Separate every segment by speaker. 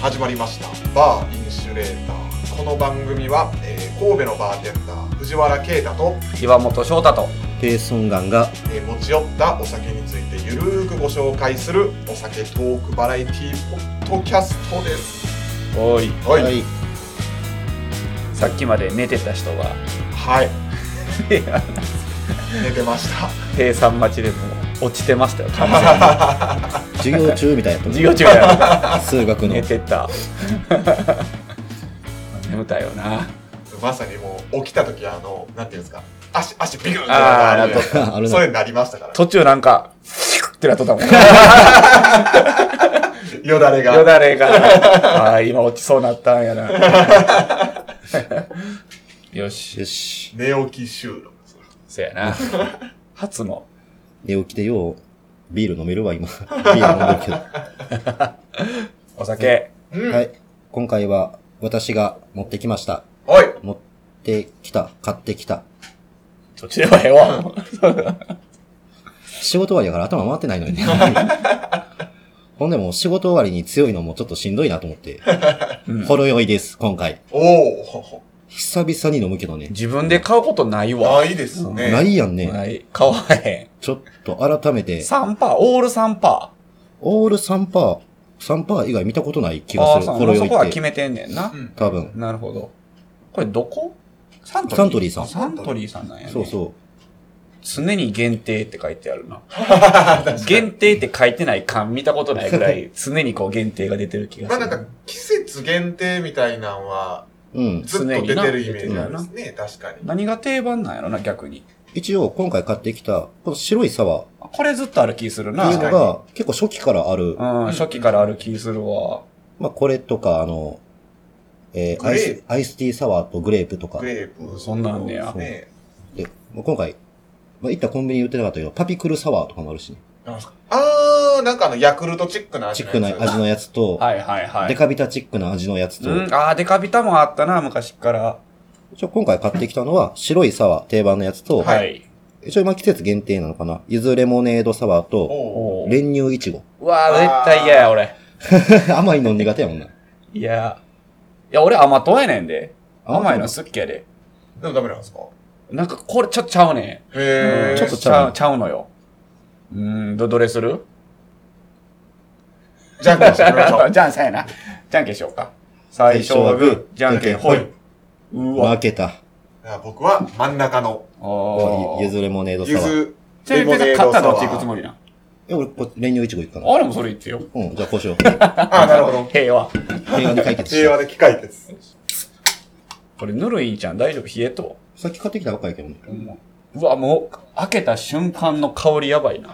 Speaker 1: 始まりましたバーインシュレーターこの番組は、えー神戸のバーテンダー藤原啓太と、
Speaker 2: 岩本翔太と
Speaker 3: ペーソンガンが
Speaker 1: えー持ち寄ったお酒についてゆるーくご紹介するお酒トークバラエティポッドキャストです
Speaker 2: おい
Speaker 1: はい
Speaker 3: はい
Speaker 2: さっきまで寝てた人が
Speaker 1: はい寝てました
Speaker 2: 平さん待ちでもう落ちてましたよ 完
Speaker 3: 授業中みたいなと
Speaker 2: 全
Speaker 3: 思
Speaker 2: に授業中 や
Speaker 3: う数学
Speaker 2: ろ
Speaker 3: の
Speaker 2: 寝てた 眠たいよな
Speaker 1: まさにもう起きた時あのなんていうんですか足足ビューンって
Speaker 2: あー
Speaker 1: なるやつ
Speaker 3: なるほど
Speaker 1: そういうのなりましたから
Speaker 2: 途中なんかシュッってなっとったもん
Speaker 1: よだれが
Speaker 2: よだれがああ今落ちそうなったんやな よし
Speaker 3: よし
Speaker 1: 寝起き収録
Speaker 2: そやな初の
Speaker 3: 寝起きでようビール飲め るわ今ビール飲んでるけど
Speaker 2: お酒
Speaker 1: うん
Speaker 3: はい今回は私が持ってきました
Speaker 1: おい
Speaker 3: 持ってきた買ってきた
Speaker 2: どっちでもええわ
Speaker 3: 仕事終わりだから頭回ってないの よねほんでもう仕事終わりに強いのもちょっとしんどいなと思って
Speaker 2: うん
Speaker 3: ほろ酔いです今回
Speaker 1: お
Speaker 3: 久々に飲むけどね
Speaker 2: 自分で買うことない
Speaker 1: お
Speaker 2: わ
Speaker 1: ないですね
Speaker 3: ないやんね
Speaker 2: ない買わへ
Speaker 3: ちょっと改め
Speaker 2: ん
Speaker 3: て
Speaker 2: 3パーオール3パー
Speaker 3: オール3パー3パー以外見たことない気
Speaker 2: あ
Speaker 3: が
Speaker 2: あ
Speaker 3: す
Speaker 2: そ
Speaker 3: る
Speaker 2: う
Speaker 3: ほろ
Speaker 2: そ
Speaker 3: 酔
Speaker 2: こは決
Speaker 3: いって
Speaker 2: めてんねんな
Speaker 1: う。ん
Speaker 3: 多分
Speaker 2: なるほど。これどこサントリー
Speaker 3: サントリーさん
Speaker 2: サントリーさんなんやね。
Speaker 3: そうそう
Speaker 2: 常に限定って書いてあ るな。 限定って書いてない感見たことないぐら い、常にこう限定が出てる気が
Speaker 1: ますあ
Speaker 2: る。
Speaker 1: なんか季節限定みたいなんは
Speaker 3: うん。
Speaker 1: ずっと出てるイメージありますね、確かに。
Speaker 2: 何が定番なんやろな、逆に。
Speaker 3: 一応、今回買ってきた、この白いサワーっ
Speaker 2: これずっとある気するな。
Speaker 3: ていうのが、結構初期からあ
Speaker 2: う
Speaker 3: る。
Speaker 2: ん、初期からある気するわ。
Speaker 3: まあ、これとか、あの、えー
Speaker 1: グレー
Speaker 3: アイス、アイスティーサワーとグレープとか
Speaker 1: グ。レープ。
Speaker 2: そんなんねや
Speaker 1: ね
Speaker 3: で、もう今回、まあ、行ったコンビニに売ってなかったけど、パピクルサワーとかもあるし、ね、
Speaker 1: あー、なんかあの、ヤクルトチックな味
Speaker 3: チッ
Speaker 1: の
Speaker 3: クな
Speaker 1: やつ
Speaker 3: 味のやつと、
Speaker 2: はいはいは
Speaker 3: デ
Speaker 2: い。
Speaker 3: カビタチックな味のやつと、
Speaker 2: うん、ああ、デカビタもあったな、昔から。
Speaker 3: 一応今回買ってきたのは、白いサワー、定番のやつと、
Speaker 1: はい
Speaker 2: い。
Speaker 3: 一応今季節限定なのかな、ゆずレモネードサワーと、
Speaker 1: おう
Speaker 2: おう
Speaker 3: 練乳いちご。
Speaker 2: うわー絶対嫌や、俺。
Speaker 3: 甘いの苦手やもんな。
Speaker 2: いや、いや、俺甘党やねんで。甘いの好きやで。
Speaker 1: でもダメなんですか
Speaker 2: なんか、これちょっとちゃうねん。
Speaker 1: へ
Speaker 2: うん
Speaker 1: ー。
Speaker 3: ちょっとちゃう
Speaker 2: ちゃうのよ。うーん、ど、どれする
Speaker 1: ジャンケンしてみましょう。
Speaker 2: じゃん、さやな。じゃんけんしようか。最初はグー、じゃんけんほい。う
Speaker 3: 負
Speaker 2: わ。
Speaker 3: けた。
Speaker 1: じゃあ僕は真ん中の、
Speaker 2: おー
Speaker 3: ゆずレモネードサ
Speaker 1: ゆ
Speaker 3: ワー。
Speaker 1: ず、
Speaker 2: ちなみ
Speaker 1: レ
Speaker 2: に
Speaker 1: モネード
Speaker 2: 勝った
Speaker 1: サ
Speaker 2: らど
Speaker 1: ワ
Speaker 2: っ
Speaker 1: ー
Speaker 2: ち行くつもりなん
Speaker 3: え、俺、これ練乳いちごいくかな。
Speaker 2: あれもそれ言ってよ。
Speaker 3: うん、じゃあこうしよう。
Speaker 1: あー、なるほど。
Speaker 2: 平和。
Speaker 3: 平和に解決し
Speaker 1: 平
Speaker 3: よ
Speaker 1: 和
Speaker 3: う。
Speaker 1: で機械です。。
Speaker 2: これぬるいんちゃん大丈夫冷えと。
Speaker 3: さっき買ってきたばっかりやけどね。
Speaker 2: うわ、もう、開けた瞬間の香りやばいな。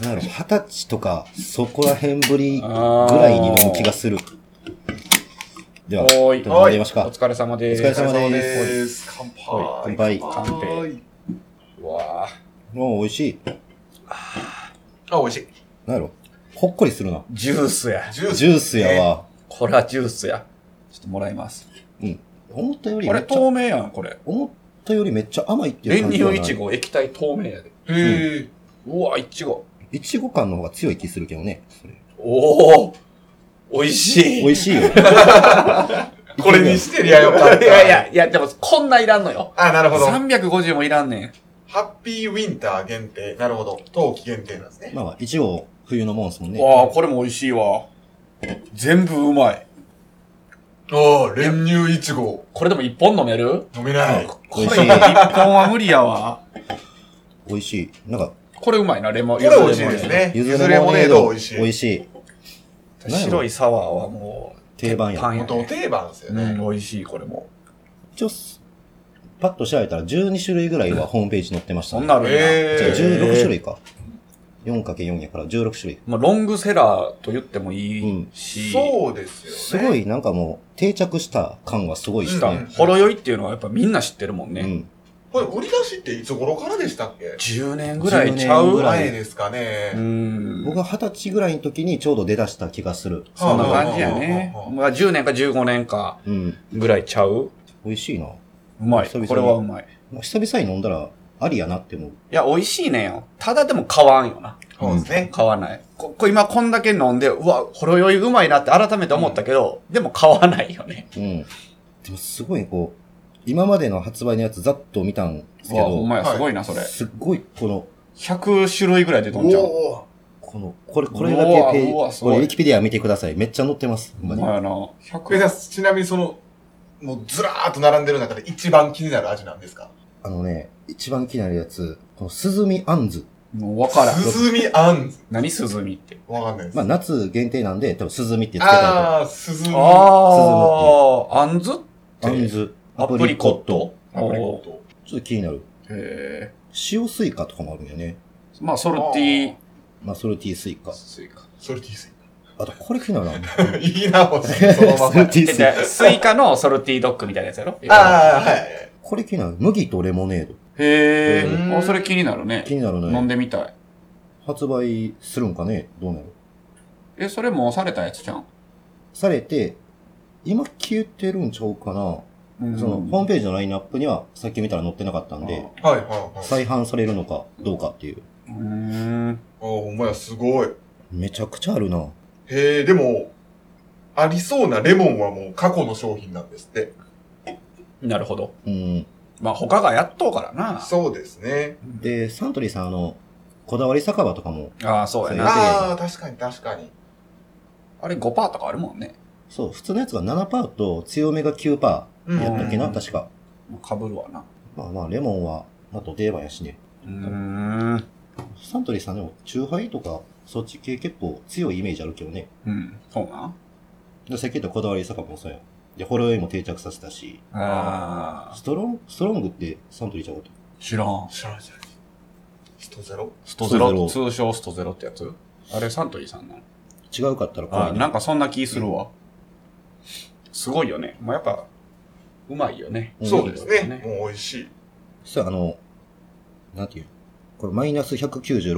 Speaker 3: なんやろ、二十歳とか、そこら辺ぶりぐ
Speaker 2: あー
Speaker 3: らいに飲む気がする。では、
Speaker 2: おーい
Speaker 3: ちょっと飲んでみます
Speaker 2: お
Speaker 3: か。
Speaker 2: 疲れ様で
Speaker 3: お疲れ
Speaker 2: す。
Speaker 3: 様です
Speaker 1: 乾杯。
Speaker 3: 乾杯
Speaker 2: 乾杯。うわー
Speaker 3: もう美味しい。
Speaker 1: あ、美味しい。
Speaker 3: なんやろ、ほっこりするな。
Speaker 2: ジュースや。
Speaker 1: ジュース。
Speaker 3: ジュースやわ。
Speaker 2: これはジュースや。ちょっともらいます。
Speaker 3: うん。思ったより
Speaker 2: こ
Speaker 3: め
Speaker 2: れ
Speaker 3: っちゃ、
Speaker 2: 透明やん、これ。
Speaker 3: 思ったよりめっちゃ甘いっていう
Speaker 2: 練
Speaker 3: 感じは
Speaker 2: 乳
Speaker 3: ない
Speaker 2: いち。ご液体透明やで。
Speaker 1: へー。
Speaker 2: うわ、いちご。
Speaker 3: いちご感の方が強い気するけどね。それ
Speaker 2: おお美味しい。
Speaker 3: 美味しいよ。
Speaker 1: これにしてりゃよかった。
Speaker 2: いやいや、いや、でもこんないらんのよ。
Speaker 1: あ、なるほど。
Speaker 2: 350もいらんねん。
Speaker 1: ハッピーウィンター限定。なるほど。冬季限定なんですね。
Speaker 3: まあまあ、いちご冬のもんすもんね。
Speaker 2: わあ、これも美味しいわ。全部うまい。
Speaker 1: ああ、練乳いちご。
Speaker 2: これでも一本飲める
Speaker 1: 飲めない。
Speaker 2: こ
Speaker 3: 美
Speaker 2: れ一
Speaker 3: 味しい
Speaker 2: 本は無理やわ。
Speaker 3: 美味しい。なんか、
Speaker 2: これうまいな、レモン。
Speaker 1: これ美味しいですね。
Speaker 3: ゆ
Speaker 1: ゆ
Speaker 3: ず
Speaker 1: ず
Speaker 3: レ
Speaker 1: レ
Speaker 3: モ
Speaker 1: モ
Speaker 3: ネ
Speaker 1: ネ
Speaker 3: ー
Speaker 1: ー
Speaker 3: ド
Speaker 1: ド
Speaker 3: 美
Speaker 1: 美
Speaker 3: 味
Speaker 1: 味
Speaker 3: し
Speaker 1: し
Speaker 3: い。
Speaker 1: い。
Speaker 3: 美味しい。
Speaker 2: 白いサワーはもう、
Speaker 3: 定番や
Speaker 2: パン
Speaker 1: 本
Speaker 2: や
Speaker 1: 当
Speaker 2: ね。
Speaker 1: 定番ですよ
Speaker 2: う
Speaker 1: ね。
Speaker 2: ん、美味しい、これも。
Speaker 3: 一応、パッと調べたら12種類ぐらいはホームページに載ってました
Speaker 2: そ
Speaker 3: ね。
Speaker 2: んなあるんや
Speaker 3: じゃあ
Speaker 1: えー
Speaker 3: 16種類か。4×4 やから16種類。
Speaker 2: まあ、ロングセラーと言ってもいいし、
Speaker 1: そうですよね。
Speaker 3: すごいなんかもう定着した感はすごいです
Speaker 2: した
Speaker 3: ね。
Speaker 2: ほろ酔いっていうのはやっぱみんな知ってるもん
Speaker 3: う
Speaker 2: ね。
Speaker 3: ん。
Speaker 1: これ売り出しっていつ頃からでしたっけ
Speaker 2: 10年ぐらいちゃ
Speaker 3: 10年
Speaker 2: う
Speaker 3: ぐらい
Speaker 1: 前ですかね。
Speaker 2: うん。
Speaker 3: 僕が二十歳ぐらいの時にちょうど出だした気がする。
Speaker 2: そんな感じやね
Speaker 1: はあはあは。あ
Speaker 2: まあ、10年か15年か
Speaker 3: うん。
Speaker 2: ぐらいちゃう
Speaker 3: 美味しいな。
Speaker 2: うまい。
Speaker 3: 久々に
Speaker 2: これはうまい。
Speaker 3: 久々に飲んだらありやなって思う。
Speaker 2: いや、美味しいねんよ。ただでも買わんよな。
Speaker 1: そうですね。
Speaker 2: 買わない。こ、こ今こんだけ飲んで、うわ、ほろ酔いうまいなって改めて思ったけど、でも買わないよね。
Speaker 3: うん。でもすごいこう、今までの発売のやつざっと見たんです
Speaker 2: う
Speaker 3: け
Speaker 2: わ、ほ
Speaker 3: ど
Speaker 2: ん、まや、
Speaker 1: はい
Speaker 2: すごいな、それ。
Speaker 3: すっごいこの、
Speaker 2: 100種類ぐらいで飛んじゃう。
Speaker 1: お
Speaker 3: この、これ、これだけペ
Speaker 2: うわうわ
Speaker 3: ージ、
Speaker 2: すご
Speaker 3: こ
Speaker 2: い
Speaker 3: れ、ウィキペディア見てください。めっちゃ載ってます。ほんま
Speaker 2: ほん
Speaker 3: に
Speaker 2: まやな。
Speaker 1: ー。これだちなみにその、もうずらーっと並んでる中で一番気になる味なんですか
Speaker 3: あのね、一番気になるやつ、この、鈴見あんず。
Speaker 2: もう分からん。
Speaker 1: すずみあんず。
Speaker 2: 何すずみって。
Speaker 1: わかんないです。
Speaker 3: まあ、夏限定なんで、多分鈴見ってつけたやと思う
Speaker 1: あー、すずみ。
Speaker 2: ああ、あんず
Speaker 3: あん
Speaker 2: って。
Speaker 3: ず、
Speaker 2: アプリコット。
Speaker 1: アプリコット
Speaker 3: ット。ちょっと気になる。
Speaker 2: おーへえ。
Speaker 3: 塩スイカとかもあるんだよね。
Speaker 2: まあ、ソルティ
Speaker 3: まあ、ソルティスイカ。
Speaker 2: スイカ。
Speaker 1: ソルティ スイ
Speaker 3: あと、これ気にな るな。
Speaker 1: カ。いいな、ほそのま
Speaker 3: ソル
Speaker 1: ま。
Speaker 3: ティ
Speaker 2: で
Speaker 3: スイカ。
Speaker 2: でスイカのソルティドッグみたいなやつやろ
Speaker 1: あー、はい。
Speaker 3: これ気になる。麦とレモネード。
Speaker 2: へ
Speaker 1: うん
Speaker 2: え。あ、それ気になるね
Speaker 3: 気。になる
Speaker 2: 飲ん
Speaker 3: ね。
Speaker 2: でみたい。
Speaker 3: 発売するんかねどうなる
Speaker 2: え、それもうされたやつじゃん。
Speaker 3: されて、今消えてるんちゃうかな、
Speaker 2: うん
Speaker 3: その、ホームページのラインナップには、さっき見たら載ってなかったんで、
Speaker 1: はい、はい、はい。
Speaker 3: 再販されるのかどうかっていう。
Speaker 2: うーん。
Speaker 1: あー、ほんまや、すごい。
Speaker 3: めちゃくちゃあるな。
Speaker 1: へえ、でも、ありそうなレモンはもう過去の商品なんですって。
Speaker 2: なるほど。
Speaker 3: うん。
Speaker 2: まあ、他がやっとうからな。
Speaker 1: そうですね。
Speaker 3: で、サントリーさん、あの、こだわり酒場とかも、
Speaker 2: ああ、そうや
Speaker 3: そう
Speaker 2: な。
Speaker 1: ああ、確かに確かに。
Speaker 2: あれ5%とかあるもんね。
Speaker 3: そう、普通のやつが7%と強めが9%や
Speaker 1: うん
Speaker 3: ったっけな、
Speaker 2: うん
Speaker 3: 確か。
Speaker 2: かぶるわな。
Speaker 3: まあまあ、レモンは、あと定番やしね。
Speaker 2: うーん。
Speaker 3: サントリーさんでも、チューハイとか、そっち系結構強いイメージあるけどね。
Speaker 2: うん。そうなん
Speaker 3: でさっき言ったこだわり酒場もそうやん。で、ほろ酔いも定着させたし、
Speaker 2: ああ。
Speaker 3: ストロン、ストロングってサントリーちゃうこと
Speaker 2: 知らん。
Speaker 1: 知らない知らない。人ゼロ
Speaker 2: ストゼロ
Speaker 3: スト
Speaker 2: 通称ストゼロってやつあれサントリーさんなの
Speaker 3: 違うかったら怖
Speaker 2: あ
Speaker 3: い
Speaker 2: な
Speaker 3: ね。
Speaker 2: んかそんな気するわ。すごいよね。もうやっぱ、うまいよね。
Speaker 3: うん
Speaker 1: そうですね。
Speaker 2: ね
Speaker 1: もう美味しい。
Speaker 3: そう、あの、なんていうこれマイナス196度って書いてるシリ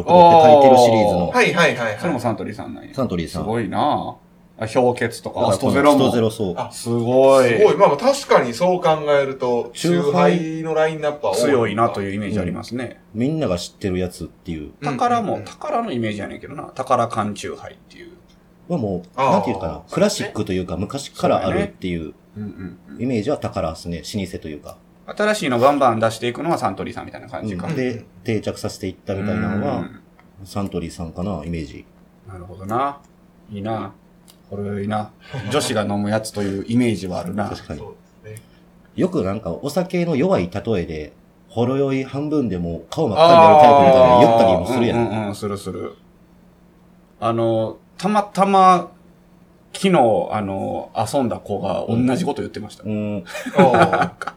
Speaker 3: ーズの
Speaker 1: はいはいはい
Speaker 2: それ
Speaker 1: は
Speaker 2: も
Speaker 1: い。
Speaker 2: サントリーさんなんや。
Speaker 3: サントリー
Speaker 2: す
Speaker 3: さん。
Speaker 2: ごいなあ。氷結と
Speaker 3: だか
Speaker 2: か、
Speaker 3: ら
Speaker 2: スト
Speaker 3: こ
Speaker 2: ゼ
Speaker 3: の
Speaker 2: ロ
Speaker 3: スト
Speaker 2: も
Speaker 3: ゼ。ロそう。
Speaker 1: あ
Speaker 2: すごい。
Speaker 1: すごい。まあまあ確かにそう考えると、
Speaker 3: チ
Speaker 1: チ
Speaker 3: ュ
Speaker 1: ュ
Speaker 3: ー
Speaker 1: ー
Speaker 3: ハ
Speaker 1: ハ
Speaker 3: イ
Speaker 1: イのラインナップは多
Speaker 2: 強いなと
Speaker 1: う。
Speaker 2: いうイメージありますね。
Speaker 3: みんなが知ってるやつっていう。
Speaker 1: うん
Speaker 2: 宝
Speaker 1: う
Speaker 2: も、
Speaker 1: ん
Speaker 2: 宝のイメージやねんけどな。宝缶中杯っていう。
Speaker 3: はもう、
Speaker 1: あー
Speaker 3: なんていうかな、クラシックというか昔からあるっていう
Speaker 2: うんうん
Speaker 3: イメージは宝ですね。老舗というか。
Speaker 2: 新しいのバンバン出していくのはサントリーさんみたいな感じか。
Speaker 3: うんで、定着させていったみたいなの
Speaker 2: う
Speaker 3: は、
Speaker 2: ん
Speaker 3: サントリーさんかな、イメージ。
Speaker 2: なるほどな。いいな。これいいな。女子が飲むやつというイメージはあるな。
Speaker 3: 確かに。
Speaker 1: そうですね。
Speaker 3: よくなんかお酒の弱い例えで、ほろ酔い半分でもう顔真っ赤になるタイプみたいなの言ったりもするやん。
Speaker 2: あーうんうんうん、するする。あの、たまたま、昨日、あの、遊んだ子が同じこと言ってました。
Speaker 3: うん。
Speaker 1: ああ。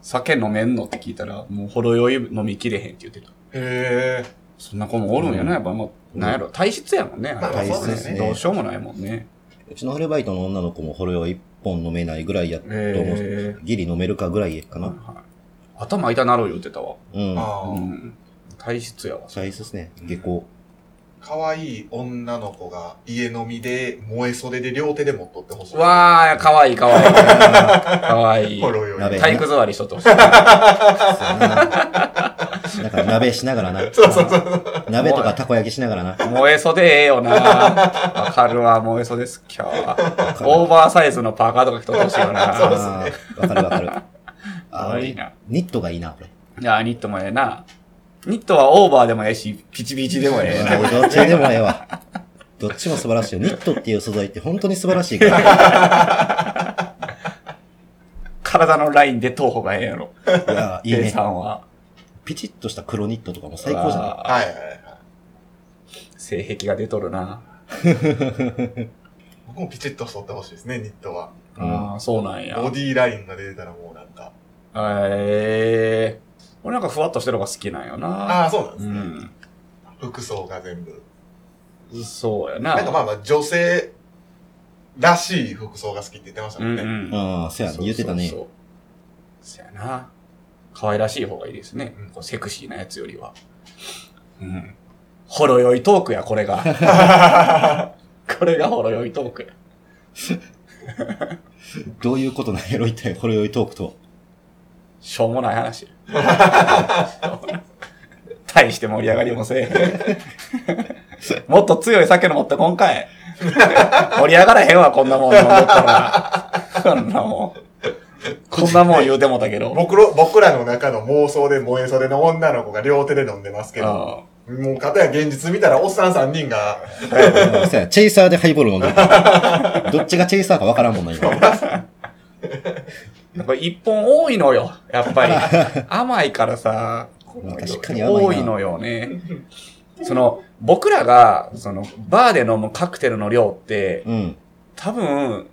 Speaker 2: 酒飲めんのって聞いたら、もうほろ酔い飲みきれへんって言ってた。
Speaker 1: へえ。
Speaker 2: そんな子もおるんやな、やっぱもう、
Speaker 3: うん
Speaker 2: なんやろ、体質やもんね。あれは
Speaker 1: まあそうですね
Speaker 2: どうしようもないもんね。
Speaker 3: うちのアルバイトの女の子もほろ酔い一本飲めないぐらいやと思う。
Speaker 2: え
Speaker 3: ギリ飲めるかぐらいかな。
Speaker 2: 頭痛なる言ってたわ。
Speaker 3: うん。
Speaker 1: あ
Speaker 2: う
Speaker 1: あ。
Speaker 2: ん。体質やわ。
Speaker 3: サイズですね。下校。
Speaker 1: 可愛い女の子が家飲みで燃え袖で両手で持っとってほしい。
Speaker 2: わー、かわいいかわいい。かわいい
Speaker 1: ほ。ろ酔い
Speaker 3: やべえ
Speaker 2: 体育座りしとってほしい。
Speaker 3: だから鍋しながらな。鍋とかたこ焼きしながらな。
Speaker 2: 燃え袖ええよな。わかるわ、燃え袖好きやわ。オーバーサイズのパーカーとか着とってほしいよ
Speaker 1: そうで
Speaker 2: な。
Speaker 1: す
Speaker 3: あーわかるわかる。あー、
Speaker 2: 可愛い
Speaker 3: 俺
Speaker 2: な、
Speaker 3: ニットがいいな、俺。
Speaker 2: いや、ニットもええな。ニットはオーバーでもええし、ピチピチでもええな。
Speaker 3: どっちでもええわ。どっちも素晴らしいよ。ニットっていう素材って本当に素晴らしいから。
Speaker 2: 体のラインで通方がええやろ。
Speaker 3: いやー、いい
Speaker 2: A
Speaker 3: ね
Speaker 2: さ。んは。
Speaker 3: ピチッとした黒ニットとかも最高じゃない
Speaker 2: わあ
Speaker 1: はいはいはい。
Speaker 2: 性癖が出とるな。
Speaker 1: 僕もピチッと剃ってほしいですね、ニットは。
Speaker 3: うん
Speaker 2: ああ、そうなんや。
Speaker 1: ボディラインが出てたらもうなんか。
Speaker 2: ええ俺なんかふわっとしてる方が好きなんよな。
Speaker 1: ああ、そうなんで
Speaker 2: う
Speaker 1: すね。
Speaker 2: ん。
Speaker 1: 服装が全部。
Speaker 2: そうやな。
Speaker 1: なんかまあまあ女性らしい服装が好きって言ってました
Speaker 2: う
Speaker 1: もん
Speaker 2: ん
Speaker 1: ね。
Speaker 2: うん。
Speaker 3: ああ、そうやね。言ってたね。
Speaker 2: そうそうそうそうやな。可愛らしい方がいいですね
Speaker 1: うん。
Speaker 2: こうセクシーなやつよりは。うん。ほろ酔いトークや、これが。 これがほろ酔いトークや。
Speaker 3: どういうことなんやろ、一体、ほろ酔いトークとは。
Speaker 2: しょうもない話。しょうもない大して盛り上がりもせえへん。もっと強い酒の持ってこんかい。盛り上がらへんわ、こんなもん飲んどったら。こんなもん。こんなもん言うてもたけど。
Speaker 1: 僕ろ僕らの中の妄想で萌え袖の女の子が両手で飲んでますけど、
Speaker 2: あ
Speaker 1: もう片や現実見たらおっさん3人が、
Speaker 3: うんそうやチェイサーでハイボール飲んでる。どっちがチェイサーかわからんもんな、今。
Speaker 2: あこれ一本多いのよ、やっぱ り。甘いからさ。
Speaker 3: まあ確かに甘いな
Speaker 2: 多いのよね。その、僕らが、その、バーで飲むカクテルの量って、
Speaker 3: うん。
Speaker 2: 多分、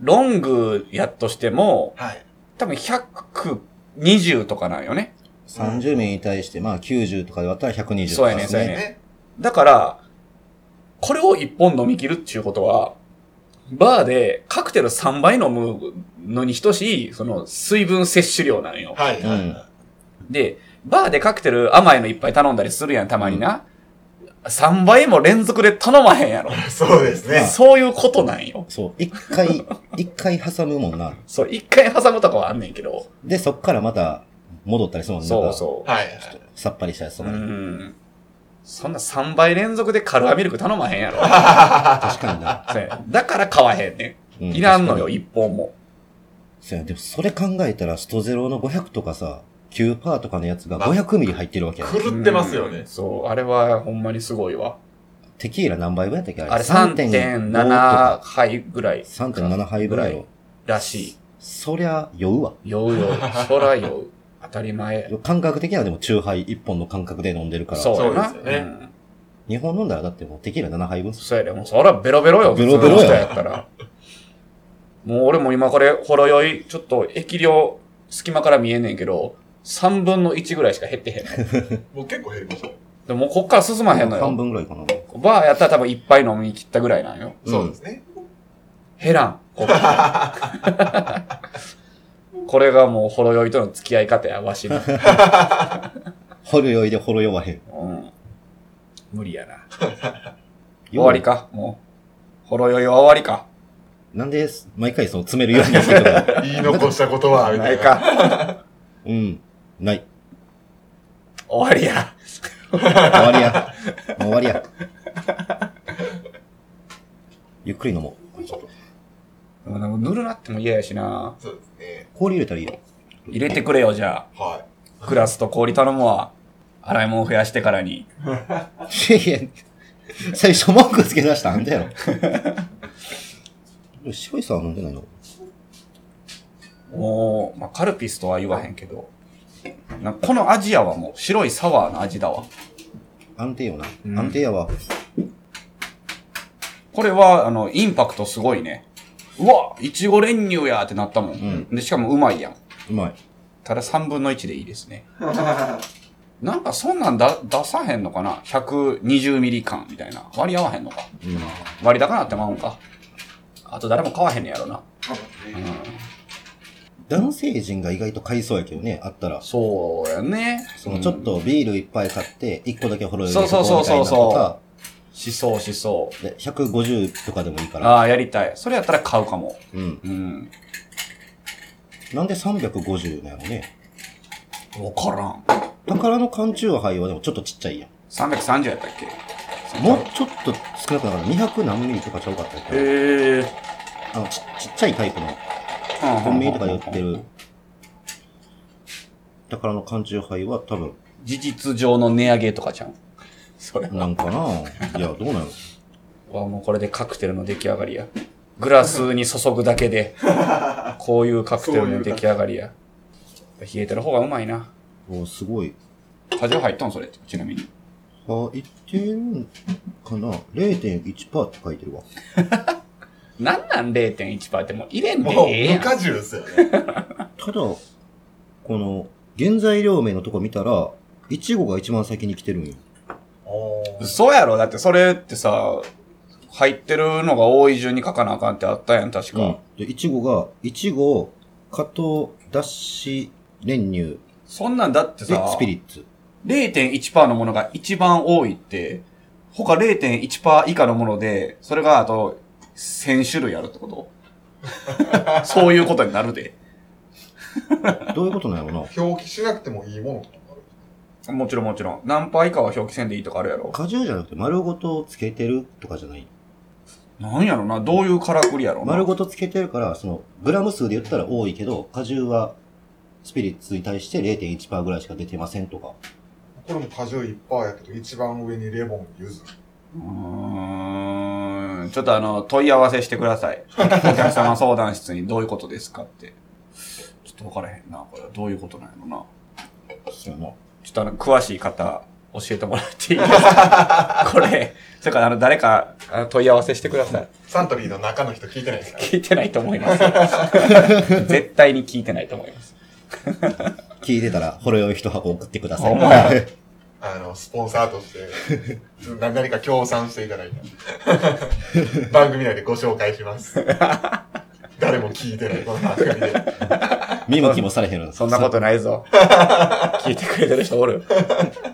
Speaker 2: ロングやっとしても、
Speaker 1: はい。
Speaker 2: 多分120とかなんよね。
Speaker 3: 30名に対して、まあ90とかで割ったら120と
Speaker 2: そう
Speaker 3: か
Speaker 2: や
Speaker 3: で
Speaker 2: ね、
Speaker 3: す
Speaker 2: そう
Speaker 3: ね。
Speaker 2: やね。だから、これを一本飲み切るっていうことは、バーでカクテル3杯飲むのに等しい、その水分摂取量なんよ。
Speaker 1: はい。はい
Speaker 3: うん
Speaker 2: で、バーでカクテル甘いのいっぱい頼んだりするやん、たまにな。3倍も連続で頼まへんやろ。
Speaker 1: そうですね。
Speaker 2: そういうことなんよ。
Speaker 3: そう。一回、一回挟むもんな。
Speaker 2: そう、一回挟むとかはあんねんけど。
Speaker 3: で、そっからまた戻ったりするもんな
Speaker 2: そう
Speaker 3: う。
Speaker 2: そう。
Speaker 1: はい。
Speaker 3: さっぱりしたやつと
Speaker 2: う
Speaker 3: かね。
Speaker 2: ん。そんな3倍連続でカルアミルク頼まへんやろ。
Speaker 3: 確かにな。
Speaker 2: そうやだから買わへんね。
Speaker 3: うん ん
Speaker 2: いらんの。
Speaker 3: 確
Speaker 2: よ、
Speaker 3: かに
Speaker 2: 一本も。
Speaker 3: そうや、でもそれ考えたら、ストゼロの500とかさ、9%パーとかのやつが500ミリ入ってるわけや。
Speaker 1: 狂ってますよ
Speaker 2: うん
Speaker 1: ね。
Speaker 2: そう、あれはほんまにすごいわ。
Speaker 3: テキーラ何杯分やったっけ
Speaker 2: あれ
Speaker 3: 3.5
Speaker 2: 3.7杯ぐらい
Speaker 3: とか3.7杯ぐらいの。
Speaker 2: らし
Speaker 3: そりゃ酔うわ。
Speaker 2: い。酔う酔う。そら酔う。当たり前。
Speaker 3: 感覚的にはでも中杯1本の感覚で飲んでるから。
Speaker 2: そうやな。
Speaker 1: そうですよね
Speaker 2: ん
Speaker 3: 日本飲んだらだってもうテキーラ7杯分っす
Speaker 2: そうやで、もうそらベロベロよ、
Speaker 3: ベロベロや
Speaker 2: 普通の人やったら。もう俺も今これ、ほろ酔い、ちょっと液量、隙間から見えんねんけど、3分の1ぐらいしか減ってへんの。
Speaker 1: もう結構減りました。
Speaker 2: でももうこっから進まへんの
Speaker 3: 半
Speaker 2: よ。
Speaker 3: 分ぐらいかな。
Speaker 2: バーやったら多分いっぱい飲み切ったぐらいなんよ。
Speaker 1: そうですね。
Speaker 2: 減らん。 こここれがもうほろ酔いとの付き合い方や、わしの。
Speaker 3: ほろ酔いでほろ酔わへん。
Speaker 2: うん。無理やな。終わりか、もう。ほろ酔いは終わりか。
Speaker 3: なんで、毎回その詰めるようにする のか
Speaker 1: 言い残したことは、み
Speaker 2: な
Speaker 1: たい
Speaker 2: い
Speaker 1: な。
Speaker 2: か。
Speaker 3: うん。ない。
Speaker 2: 終わりや。
Speaker 3: 終わりや。もう終わりや。ゆっくり飲もう。
Speaker 2: でもなんかぬるなっても嫌やしな。
Speaker 1: そうですね。
Speaker 3: 氷入れたらいいよ。
Speaker 2: 入れてくれよ、じゃ
Speaker 1: は
Speaker 2: あ。クラスと氷頼むわ。洗い物増やしてからに。
Speaker 3: いや最初文句つけ出したあんだよ。 白いさは飲んでないの
Speaker 2: もう、まあ、カルピスとは言わへんけど。なんかこのアジアはもう白いサワーの味だわ。
Speaker 3: 安定よな。
Speaker 2: うん
Speaker 3: 安定やわ。
Speaker 2: これは、あの、インパクトすごいね。うわいちご練乳やってなったもん。で、しかもうまいやん。
Speaker 3: うまい。
Speaker 2: ただ3分の1でいいです ね。なんかそんなんだ出さへんのかな ?120 ミリ缶みたいな。割り合わへんのか
Speaker 3: うん。
Speaker 2: 割高なってまうんか。あと誰も買わへんねやろな。
Speaker 1: い。
Speaker 3: 男性陣が意外と買いそうやけどね、あったら。
Speaker 2: そうやね。
Speaker 3: そのちょっとビールいっぱい買って、1個だけほろ酔い
Speaker 2: そうそうそうそうそうしそうしそう。
Speaker 3: で、150とかでもいいから。
Speaker 2: ああ、やりたい。それやったら買うかも。
Speaker 3: うん。
Speaker 2: うん。
Speaker 3: なんで350なのね。
Speaker 2: わからん。
Speaker 3: 宝の缶中杯はでもちょっとちっちゃいやん。
Speaker 2: 330やったっけ
Speaker 3: もうちょっと少なくなかった。200何ミリとかちゃうかったっけ
Speaker 2: へえ。
Speaker 3: あのち、ちっちゃいタイプの、コ
Speaker 2: コ
Speaker 3: ンビニとかで売って。る。宝の缶中杯は多分、
Speaker 2: 事実上の値上げとかじゃん。それ。
Speaker 3: なんかないや、どうなの
Speaker 2: わ、もうこれでカクテルの出来上がりや。グラスに注ぐだけ で、こういうカクテルの出来上がりや。冷えてる方がうまいな。
Speaker 3: おすごい。
Speaker 2: 果汁入ったんそれって、ちなみに。
Speaker 3: あ、いってるんかな ?0.1% って書いてるわ。
Speaker 2: なんなん0.1%ってもう入れんで
Speaker 1: もう、
Speaker 2: ええや
Speaker 1: 無
Speaker 2: ん。
Speaker 1: 果汁ですよ ね。
Speaker 3: ただ、この、原材料名のとこ見たら、いちごが一番先に来てるんよ。
Speaker 1: おー
Speaker 2: 嘘やろだってそれってさ、入ってるのが多い順に書かなあかんってあったやん、確か。
Speaker 3: で、いちごが、いちご、加糖、脱脂、練乳、
Speaker 2: そんなんだって
Speaker 3: で
Speaker 2: さ、、
Speaker 3: スピリッツ。
Speaker 2: 0.1%のものが一番多いって、他0.1%以下のもので、それがあと1000種類あるってこと そういうことになるで。
Speaker 3: どういうことなんやろな
Speaker 1: 表記しなくてもいいものとかもある。
Speaker 2: もちろんもちろん。何パー以下は表記せんでいいとかあるやろ。
Speaker 3: 果汁じゃなくて丸ごとつけてるとかじゃない。
Speaker 2: なんやろな、どういうからくりやろな。
Speaker 3: 丸ごとつけてるから、その、グラム数で言ったら多いけど、果汁は、スピリッツに対して0.1%ぐらいしか出てませんとか。
Speaker 1: これも果汁1%やけど、一番上にレモン、柚子。
Speaker 2: うーんちょっとあの、問い合わせしてください。お客様相談室にどういうことですかって。ちょっと分からへんな。これはどういうことなんやろな。
Speaker 3: そう
Speaker 2: ち
Speaker 3: な。
Speaker 2: ょっとあの、詳しい方、教えてもらっていいですか これ、それからあの、誰かあの問い合わせしてください。
Speaker 1: サントリーの中の人聞いてないです か
Speaker 2: 聞いてないと思います。 絶対に聞いてないと思い ます。
Speaker 3: 聞いてたら、ほろ酔い一箱送ってくださ
Speaker 2: ほんまや
Speaker 3: い。
Speaker 1: あの、スポンサーと して、な何か協賛していただい た。番組内でご紹介します。誰も聞いてない、この番組 で。
Speaker 3: 見向きもされへんの
Speaker 2: そんなことないぞ。 聞いてくれてる人おる。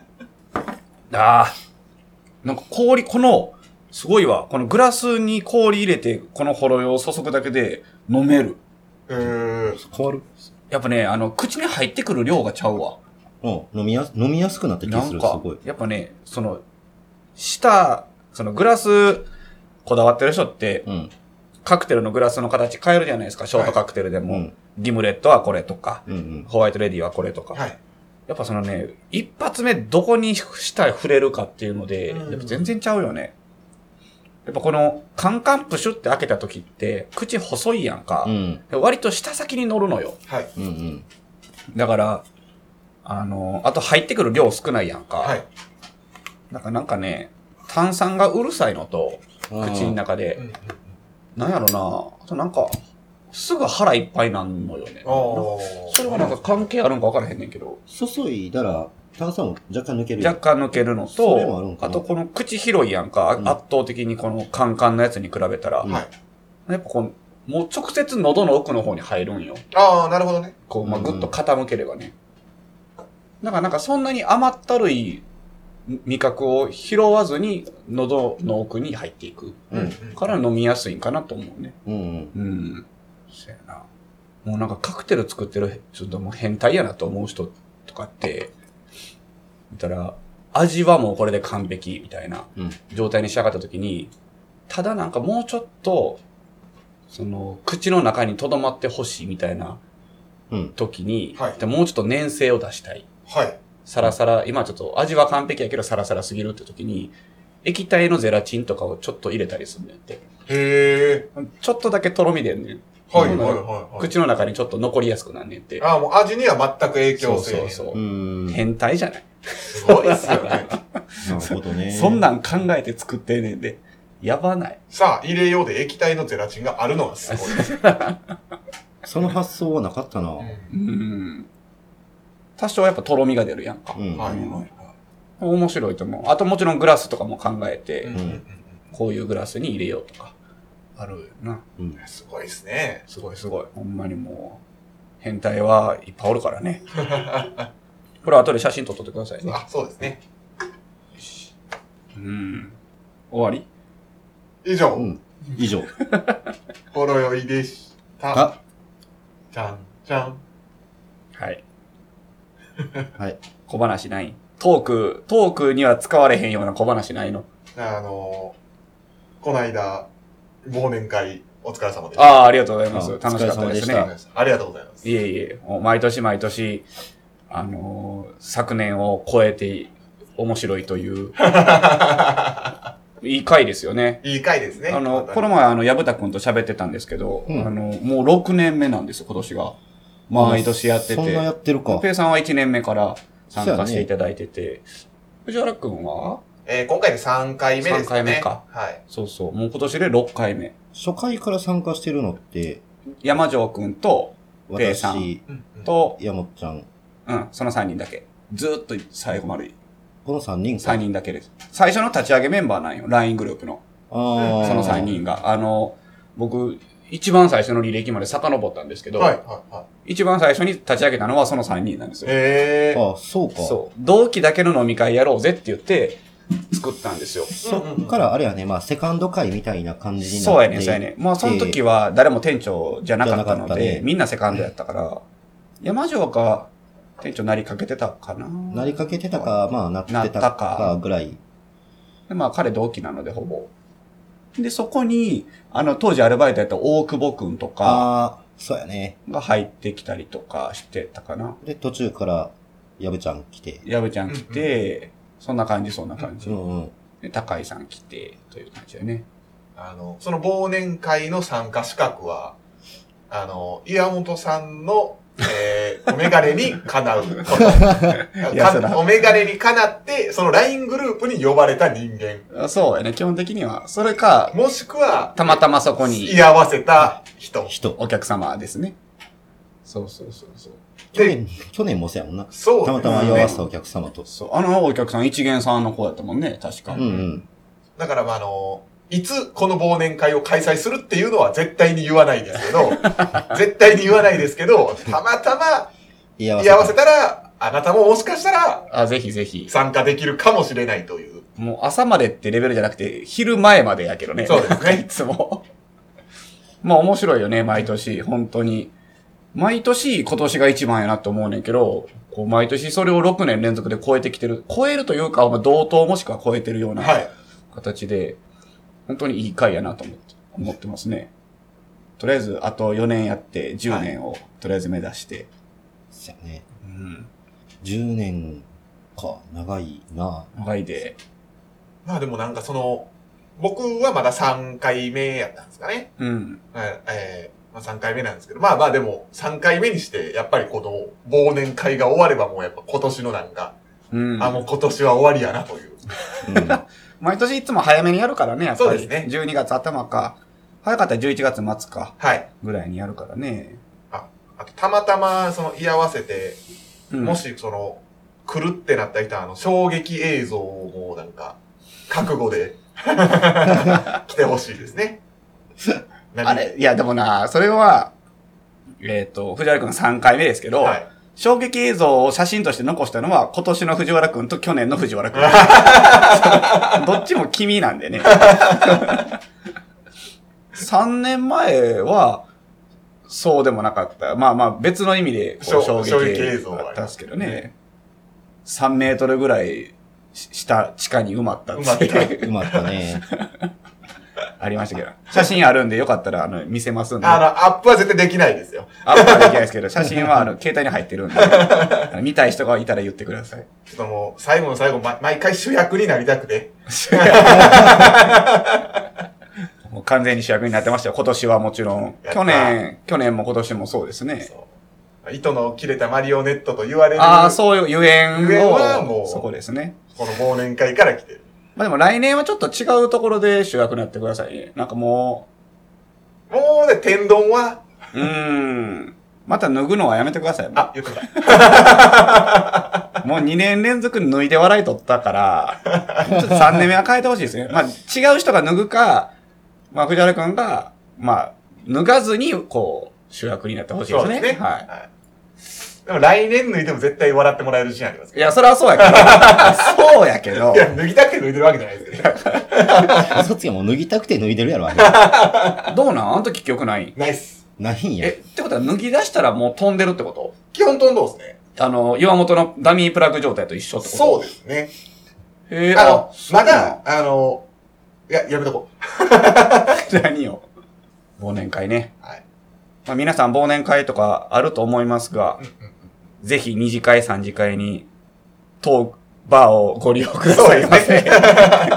Speaker 2: ああ。なんか氷、この、すごいわ。このグラスに氷入れて、このほろ酔いを注ぐだけで飲める。
Speaker 1: うーん。
Speaker 3: 変わる
Speaker 2: やっぱね、あの、口に入ってくる量がちゃうわ。
Speaker 3: うん。飲みやす、飲みやすくなった気が
Speaker 2: な
Speaker 3: す
Speaker 2: ん
Speaker 3: る、す
Speaker 2: か
Speaker 3: ごい。、
Speaker 2: やっぱね、その、舌、そのグラス、こだわってる人って、
Speaker 3: うん。
Speaker 2: カクテルのグラスの形変えるじゃないですか。ショートカクテルで
Speaker 3: う
Speaker 2: も。
Speaker 3: ん。
Speaker 2: ギムレットはこれとか、
Speaker 3: うんうん。
Speaker 2: ホワイトレディはこれとか。
Speaker 1: はい。
Speaker 2: やっぱそのね、一発目どこにした触れるかっていうので、
Speaker 1: うん
Speaker 2: やっぱ全然ちゃうよね。やっぱこの、カンカンプシュって開けた時って、口細いやんか
Speaker 3: う。ん。
Speaker 2: 割と舌先に乗るのよ。
Speaker 1: はい。
Speaker 3: うんうん。
Speaker 2: だから、あの、あと入ってくる量少ないやんか。
Speaker 1: はい。
Speaker 2: なんかなんかね、炭酸がうるさいのと、口の
Speaker 3: な
Speaker 2: 中
Speaker 1: う
Speaker 2: で、
Speaker 1: んうん
Speaker 2: なんやろな、あとなんか、すぐ腹いっぱいなんのよね。
Speaker 1: おー
Speaker 2: それはなんか関係あるんか分からへんねんけど、
Speaker 3: 注いだら、炭酸も若干抜ける。
Speaker 2: 若干抜けるの
Speaker 3: それもある
Speaker 2: と
Speaker 3: ん、か
Speaker 2: あ
Speaker 3: な
Speaker 2: とこの口広いやんか、
Speaker 3: うん
Speaker 2: 圧倒的にこのカンカンのやつに比べたら、
Speaker 3: うん
Speaker 1: はい。
Speaker 2: やっぱこう、もう直接喉の奥の方に入るんよ。
Speaker 1: ああ、なるほどね。
Speaker 2: こう、まあ、
Speaker 3: うんう
Speaker 2: ぐ
Speaker 3: ん
Speaker 2: っと傾ければね。だからなんかそんなに甘ったるい味覚を拾わずに喉の奥に入っていく
Speaker 3: うん
Speaker 2: から飲みやすいんかなと思うね。
Speaker 3: うんうん。
Speaker 2: うん。そやな。もうなんかカクテル作ってる、ちょっともう変態やなと思う人とかって、見たら、味はもうこれで完璧みたいな
Speaker 3: うん
Speaker 2: 状態に仕上がった時に、ただなんかもうちょっと、その、口の中に留まってほしいみたいな
Speaker 3: うん
Speaker 2: 時に、
Speaker 1: はい
Speaker 2: でもうちょっと粘性を出したい。
Speaker 1: はい。
Speaker 2: サラサラ、今ちょっと味は完璧やけどサラサラすぎるって時に、液体のゼラチンとかをちょっと入れたりするんだって。
Speaker 1: へえ。
Speaker 2: ちょっとだけとろみでんねん。
Speaker 1: はいは
Speaker 2: う
Speaker 1: い
Speaker 2: ん
Speaker 1: はいはい。
Speaker 2: 口の中にちょっと残りやすくなんねんって。
Speaker 1: ああ、もう味には全く影
Speaker 2: そ
Speaker 1: 響
Speaker 2: う
Speaker 1: せえへ
Speaker 2: そ
Speaker 1: ん
Speaker 2: うそうう。
Speaker 3: ん。
Speaker 2: 変態じゃない、
Speaker 1: すごいっすよね。
Speaker 3: なるほどね。
Speaker 2: そんなん考えて作ってんねんで。やばない。
Speaker 1: さあ、入れようで液体のゼラチンがあるのはすごい。
Speaker 3: その発想はなかったな。
Speaker 1: う
Speaker 2: うん。多少やっぱとろみが出るやんか。
Speaker 3: うん
Speaker 1: んはいはいは
Speaker 2: 面白いと思う。あともちろんグラスとかも考えて、
Speaker 1: い。うんうんうん
Speaker 2: こういうグラスに入れようとか。あるよな。
Speaker 3: うん
Speaker 1: うん。すごいっすね。
Speaker 2: すごいすごい。ほんまにもう、変態はいっぱいおるから ね。これ後で写真撮っとってくださいね。
Speaker 1: あ、そうですね。
Speaker 2: うん。終わり
Speaker 1: 以上
Speaker 3: う、ん。以上。
Speaker 1: ほろ酔いでした。
Speaker 3: あ、
Speaker 1: じゃんじゃん。
Speaker 2: はい。
Speaker 3: はい。
Speaker 2: 小話ないトーク、トークには使われへんような小話ないの。
Speaker 1: あのー、この間、忘年会、お疲れ様でした。
Speaker 2: ああ、ありがとうございます。
Speaker 3: あ
Speaker 2: 楽しかったです
Speaker 3: お疲れ様
Speaker 2: ね
Speaker 3: で。
Speaker 1: ありがとうございます。
Speaker 2: いえいえ、もう毎年毎年、あのー昨年を超えて面白いと いう、いい回ですよね。
Speaker 1: いい回ですね。
Speaker 2: あの、この
Speaker 1: も、
Speaker 2: 前、あの、矢蓋くんと喋ってたんですけど、
Speaker 3: うん
Speaker 2: あの、もう6年目なんですよ、今年が。 毎年やってて。
Speaker 3: そんなやってるか。
Speaker 2: ペイさんは1年目から参
Speaker 3: そう
Speaker 2: 加
Speaker 3: やね
Speaker 2: していただいてて、藤原くんは
Speaker 1: えー今回で3回目ですね。
Speaker 2: 三回目か。
Speaker 1: はい。
Speaker 2: そうそう、もう今年で6回目。
Speaker 3: 初回から参加してるのって、
Speaker 2: 山城くんと、ペイさ
Speaker 3: 私、
Speaker 1: うんうん
Speaker 2: と、
Speaker 3: 山ちゃん、
Speaker 2: うん、その3人だけ。ずーっと最後まで
Speaker 3: この3人か。
Speaker 2: 3人だけです。最初の立ち上げメンバーなんよ。LINE グループの。
Speaker 3: ああ。
Speaker 2: その3。人が。あの、僕、一番最初の履歴まで遡ったんですけど、
Speaker 1: はい、はい、はい。
Speaker 2: 一番最初に立ち上げたのはその3人なんですよ。
Speaker 1: えー。
Speaker 3: あそうか。
Speaker 2: そう。同期だけの飲み会やろうぜって言って、作ったんですよ。
Speaker 1: そ
Speaker 3: そっからあれやね、まあ、セカンド回みたいな感じになって。
Speaker 2: そうやね、そうやね。まあ、その時は誰も店長じゃなかったの
Speaker 3: じゃなかった
Speaker 2: で、
Speaker 3: ね
Speaker 2: みんなセカンドやったから、山城か、店長なりかけてたかな。
Speaker 3: なりかけてたか、まあ、なってたかぐらい。
Speaker 2: で、まあ彼同期なのでほぼ。で、そこに、あの、当時アルバイトやった大久保くんとか
Speaker 3: ああ、そうやね。
Speaker 2: が入ってきたりとかしてたかな。
Speaker 3: で、途中から、やぶちゃん来て。
Speaker 2: 矢部ちゃん来て、そんな感じ、そんな感じ
Speaker 3: う。んうん。
Speaker 2: で、高井さん来て、という感じだよね。
Speaker 1: あの、その忘年会の参加資格は、あの、岩本さんの、 えー、お眼鏡にかなうこと。
Speaker 2: いやそら
Speaker 1: かお眼鏡にかなって、その LINE グループに呼ばれた人間。
Speaker 2: あそうやね、基本的には。それか、
Speaker 1: もしくは、
Speaker 2: たまたまそこに
Speaker 1: 居合わせた人。
Speaker 3: 人。
Speaker 2: お客様ですね。そうそうそうそう。
Speaker 3: 去
Speaker 1: で、
Speaker 3: 年、去年もそうやもんな。
Speaker 1: そう
Speaker 3: たまたま居合わせたお客様と。
Speaker 2: そう。あのお客さん一元さんの子やったもんね、確か。
Speaker 3: うんうん。
Speaker 1: だから、まあ、あの、いつこの忘年会を開催するっていうのは絶対に言わないですけど、絶対に言わないですけど、たまたま
Speaker 3: 居合わ
Speaker 1: 居
Speaker 3: せ
Speaker 1: 合わせた
Speaker 3: た。
Speaker 1: ら、あなたももしかしたら
Speaker 2: あ、ぜひぜひ。
Speaker 1: 参加できるかもしれないという。
Speaker 2: もう朝までってレベルじゃなくて、昼前までやけどね。
Speaker 1: そうですね
Speaker 2: いつも。まあ面白いよね、毎年。本当に。毎年今年が一番やなと思うねんけど、こう毎年それを6年連続で超えてきてる。超えるというか、まあ同等もしくは超えてるような
Speaker 1: はい。
Speaker 2: 形で、本当にいい回やなと思って思ってますね。とりあえず、あと4年やって、10年をとりあえず目指して。
Speaker 3: そうやね。
Speaker 2: うん。
Speaker 3: 10年か、長い な。
Speaker 2: 長いで。
Speaker 1: まあでもなんかその、僕はまだ3回目やったんですかね。
Speaker 2: うん。
Speaker 1: はいえーまあ、3回目なんですけど、まあまあでも3回目にして、やっぱりこの忘年会が終わればもうやっぱ今年のなんか、
Speaker 2: うん。
Speaker 1: あ、もう今年は終わりやなという。
Speaker 3: うん。
Speaker 2: 毎年いつも早めにやるからね、やっぱり。
Speaker 1: そうですね
Speaker 2: 12月頭か。早かったら11月末か。
Speaker 1: はい。
Speaker 2: ぐらいにやるからね。
Speaker 1: あとたまたまその居合わせて、
Speaker 2: うん
Speaker 1: もしその、来るってなった人はあの衝撃映像をなんか、覚悟で来てほしいです ね。
Speaker 2: あれ、いやでもな、それは、えっ、と、藤原くん3回目ですけど、
Speaker 1: 何はい。
Speaker 2: 衝撃映像を写真として残したのは今年の藤原くんと去年の藤原く ん。どっちも君なんでね。3年前は、そうでもなかった。まあまあ別の意味でこう
Speaker 1: 衝
Speaker 2: 衝
Speaker 1: 衝
Speaker 2: 撃
Speaker 1: 撃
Speaker 2: 映
Speaker 1: 映
Speaker 2: 像
Speaker 1: 像
Speaker 2: だったんですけどね
Speaker 1: ね。
Speaker 2: 3メートルぐらいし下、地下に埋まったって
Speaker 1: 埋まっ
Speaker 2: いう
Speaker 3: うまった ね。
Speaker 2: ありましたけど。写真あるんでよかったらあの見せますんで。
Speaker 1: あの、アップは絶対できないですよ。
Speaker 2: アップはできないですけど、写真はあの携帯に入っ てるんで。あの見たい人がいたら言ってください。
Speaker 1: ちょっともう、最後の最後、ま、毎回主役になりたくて。
Speaker 2: もう完全に主役になってましたよ。今年はもちろん。
Speaker 1: やった
Speaker 2: 去年、去年も今年もそうですね。
Speaker 1: そう糸の切れたマリオネットと言われる、
Speaker 2: ああ、そういうゆえん
Speaker 1: ゆえんは
Speaker 2: を
Speaker 1: も、う
Speaker 2: そこですね。
Speaker 1: この忘年会から来てる。
Speaker 2: まあでも来年はちょっと違うところで主役になってくださいね。なんかも
Speaker 1: もうね、天丼は、
Speaker 2: う、うーん。また脱ぐのはやめてください。
Speaker 1: あ、言ってた。
Speaker 2: もう2年連続脱いで笑い取ったから、ちょっと3年目は変えてほしいですね。まあ違う人が脱ぐか、まあ藤原くんが、まあ、脱がずに、こう、主役になってほしいですね。は
Speaker 1: い。
Speaker 2: い。
Speaker 1: でも来年脱いでも絶対笑ってもらえるシーンあります
Speaker 2: い
Speaker 1: け
Speaker 2: や、それはそう やけど。そうやけど
Speaker 1: ど。い。や、脱ぎたくて脱いでるわけじゃないですけどね。
Speaker 3: 嘘つきはもう脱ぎたくて脱いでるやろ、あ れ。
Speaker 2: どうなんあの時記憶ない
Speaker 1: ナイス。
Speaker 3: ないんや
Speaker 2: え、。ってことは脱ぎ出したらもう飛んでるってこ
Speaker 1: 基本飛んどうですね。
Speaker 2: とあの、岩本のダミープラグ状態と一緒ってこと
Speaker 1: そう
Speaker 2: う
Speaker 1: ですね。。
Speaker 2: へえ
Speaker 1: あの、ま、
Speaker 2: あ
Speaker 1: だ、あの、いや、やめとこ
Speaker 2: そう なん何を忘年会ね。
Speaker 1: う。はい。
Speaker 2: まあ、皆さん忘年会とかあると思いますが、ぜひ二次会三次会に、当バーをご利用くださいませ。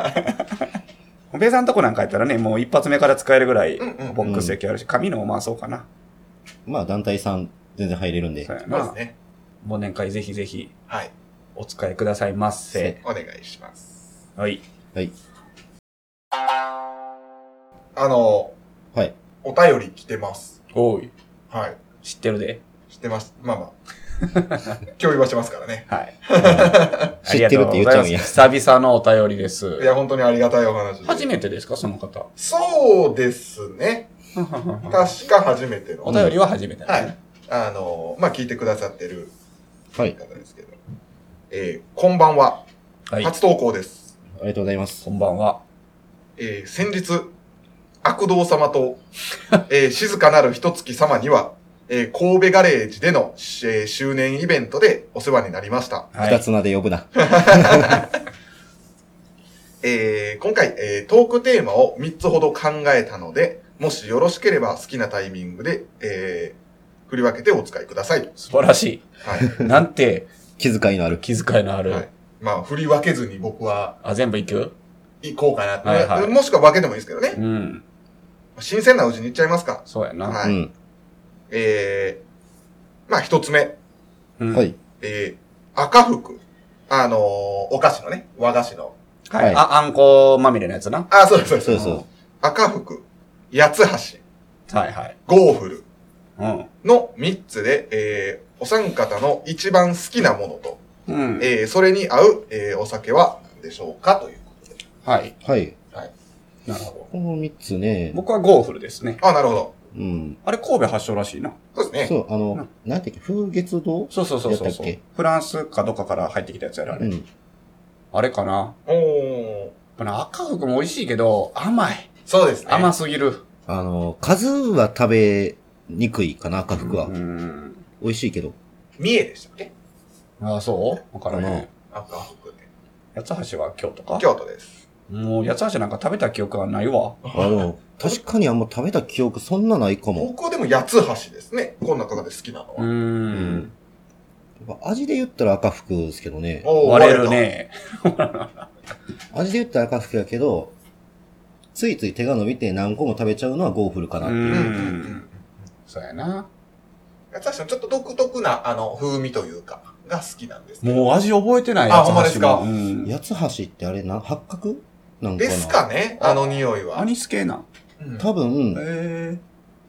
Speaker 2: おべさんとこなんかやったらね、もう一発目から使えるぐらい、
Speaker 1: うんうん
Speaker 2: ボックス席あるし、紙のもまあそうかな。
Speaker 3: まあ、団体さん、全然入れるんで
Speaker 2: そ。うや
Speaker 1: そうです
Speaker 2: な。
Speaker 1: ね。
Speaker 2: 忘年会ぜひぜひ
Speaker 1: はい。
Speaker 2: お使いくださいませ。
Speaker 1: お願いします。
Speaker 2: はい。
Speaker 3: はい。
Speaker 1: あの、
Speaker 3: はい。
Speaker 1: お便り来てます。
Speaker 2: おい。
Speaker 1: はい。
Speaker 2: 知ってるで。
Speaker 1: 知ってます。まあま あ。共有はしてますからね。
Speaker 2: はい。
Speaker 3: 知ってるって言っちゃうんや
Speaker 2: ありがとございます久々のお便りです
Speaker 1: い。や、本当にありがたいお話で。
Speaker 2: 初めてですかその 方。
Speaker 1: そうですね。確か初めての。
Speaker 2: お
Speaker 1: は
Speaker 2: 便りは初めて、
Speaker 1: い。。あの、まあ、聞いてくださってる
Speaker 3: はい。
Speaker 1: 方ですけど。えーこんばんは。
Speaker 2: はい。
Speaker 1: 初投稿です。
Speaker 3: ありがとうございます。
Speaker 2: こんばんは。
Speaker 1: えー 先日、悪道様と、えー静かなる一月様には、えー神戸ガレージでの、えー周年イベントでお世話になりました。
Speaker 2: はい
Speaker 3: 二つ名で呼ぶな。
Speaker 1: えー今回、えートークテーマを3つほど考えたので、もしよろしければ好きなタイミングで、えー振り分けてお使いください。
Speaker 2: 素晴らし
Speaker 1: はい。
Speaker 2: い。なんて
Speaker 3: 気遣いのある。
Speaker 2: 気遣いのある。
Speaker 1: はいまあ、振り分けずに僕は
Speaker 2: あ、全部いく
Speaker 1: 行こうかなって、
Speaker 2: はいはい
Speaker 1: もしくは分けてもいいですけどね
Speaker 2: う。ん。
Speaker 1: 新鮮なうちに行っちゃいますか。
Speaker 2: そうやな。
Speaker 1: は
Speaker 3: う
Speaker 1: い。
Speaker 3: ん。
Speaker 1: えーまあ、一つ目。
Speaker 2: うん
Speaker 3: は。い。
Speaker 1: えー赤服。あのーお菓子のね、和菓子の。
Speaker 2: は。
Speaker 3: はいい
Speaker 2: あ、あんこまみれのやつな。
Speaker 1: あ、そうです、そうです。
Speaker 3: そうそう。
Speaker 1: 赤服、八つ
Speaker 2: はいはい。
Speaker 1: 橋、ゴーフル
Speaker 2: うん。
Speaker 1: の3つで、えーお三方の一番好きなものと、
Speaker 2: うん。
Speaker 1: えーそれに合う、えーお酒は何でしょうかということで。
Speaker 2: はい。
Speaker 3: はい。
Speaker 2: なるほど。
Speaker 3: この三つね。
Speaker 2: 僕はゴーフルですね。
Speaker 1: あ、なるほど。
Speaker 3: うん。
Speaker 2: あれ神戸発祥らしいな。
Speaker 1: そうですね。
Speaker 3: そう、あの、なんていうっけ、風月堂
Speaker 2: そうそうそうそう
Speaker 3: やった
Speaker 2: そ
Speaker 3: っ
Speaker 2: う
Speaker 3: け。
Speaker 2: フランスかどっかから入ってきたやつやろ、あ
Speaker 3: う
Speaker 2: れ。
Speaker 3: ん。
Speaker 2: あれかな。
Speaker 1: おー。
Speaker 2: この赤服も美味しいけど、甘い。
Speaker 1: そうですね。
Speaker 2: 甘すぎる。
Speaker 3: あの、数は食べにくいかな、赤服は
Speaker 2: う。ん。
Speaker 3: 美味しいけど。
Speaker 1: 三重でしたっけ
Speaker 2: あ、そうわからね。
Speaker 1: 赤服って。
Speaker 2: 八つ橋は京都か
Speaker 1: 京都です。
Speaker 2: もう、八つ橋なんか食べた記憶はないわ。
Speaker 3: あの、確かにあんま食べた記憶そんなないかも。
Speaker 1: 僕はでも八つ橋ですね。この中で好きなの
Speaker 2: う
Speaker 1: は。
Speaker 2: ん。
Speaker 3: やっぱ味で言ったら赤服ですけどね。
Speaker 1: おー
Speaker 2: 割れる。ね。
Speaker 3: 味で言ったら赤服やけど、ついつい手が伸びて何個も食べちゃうのはゴーフルかな。
Speaker 1: 割れたう
Speaker 2: う
Speaker 1: う
Speaker 2: ん
Speaker 1: ん
Speaker 2: ん
Speaker 1: うん。
Speaker 2: そうやな。
Speaker 1: 八つ橋のちょっと独特な、あの、風味というか、が好きなんですけど。
Speaker 2: もう味覚えてない
Speaker 1: あほんまですか
Speaker 2: 八つ橋もうん。
Speaker 3: 八つ橋ってあれな、八角なんか
Speaker 1: で
Speaker 3: な
Speaker 1: すかねあの匂い
Speaker 2: ア
Speaker 1: は。
Speaker 2: ニス系なん。
Speaker 1: うん
Speaker 3: 多分、
Speaker 2: え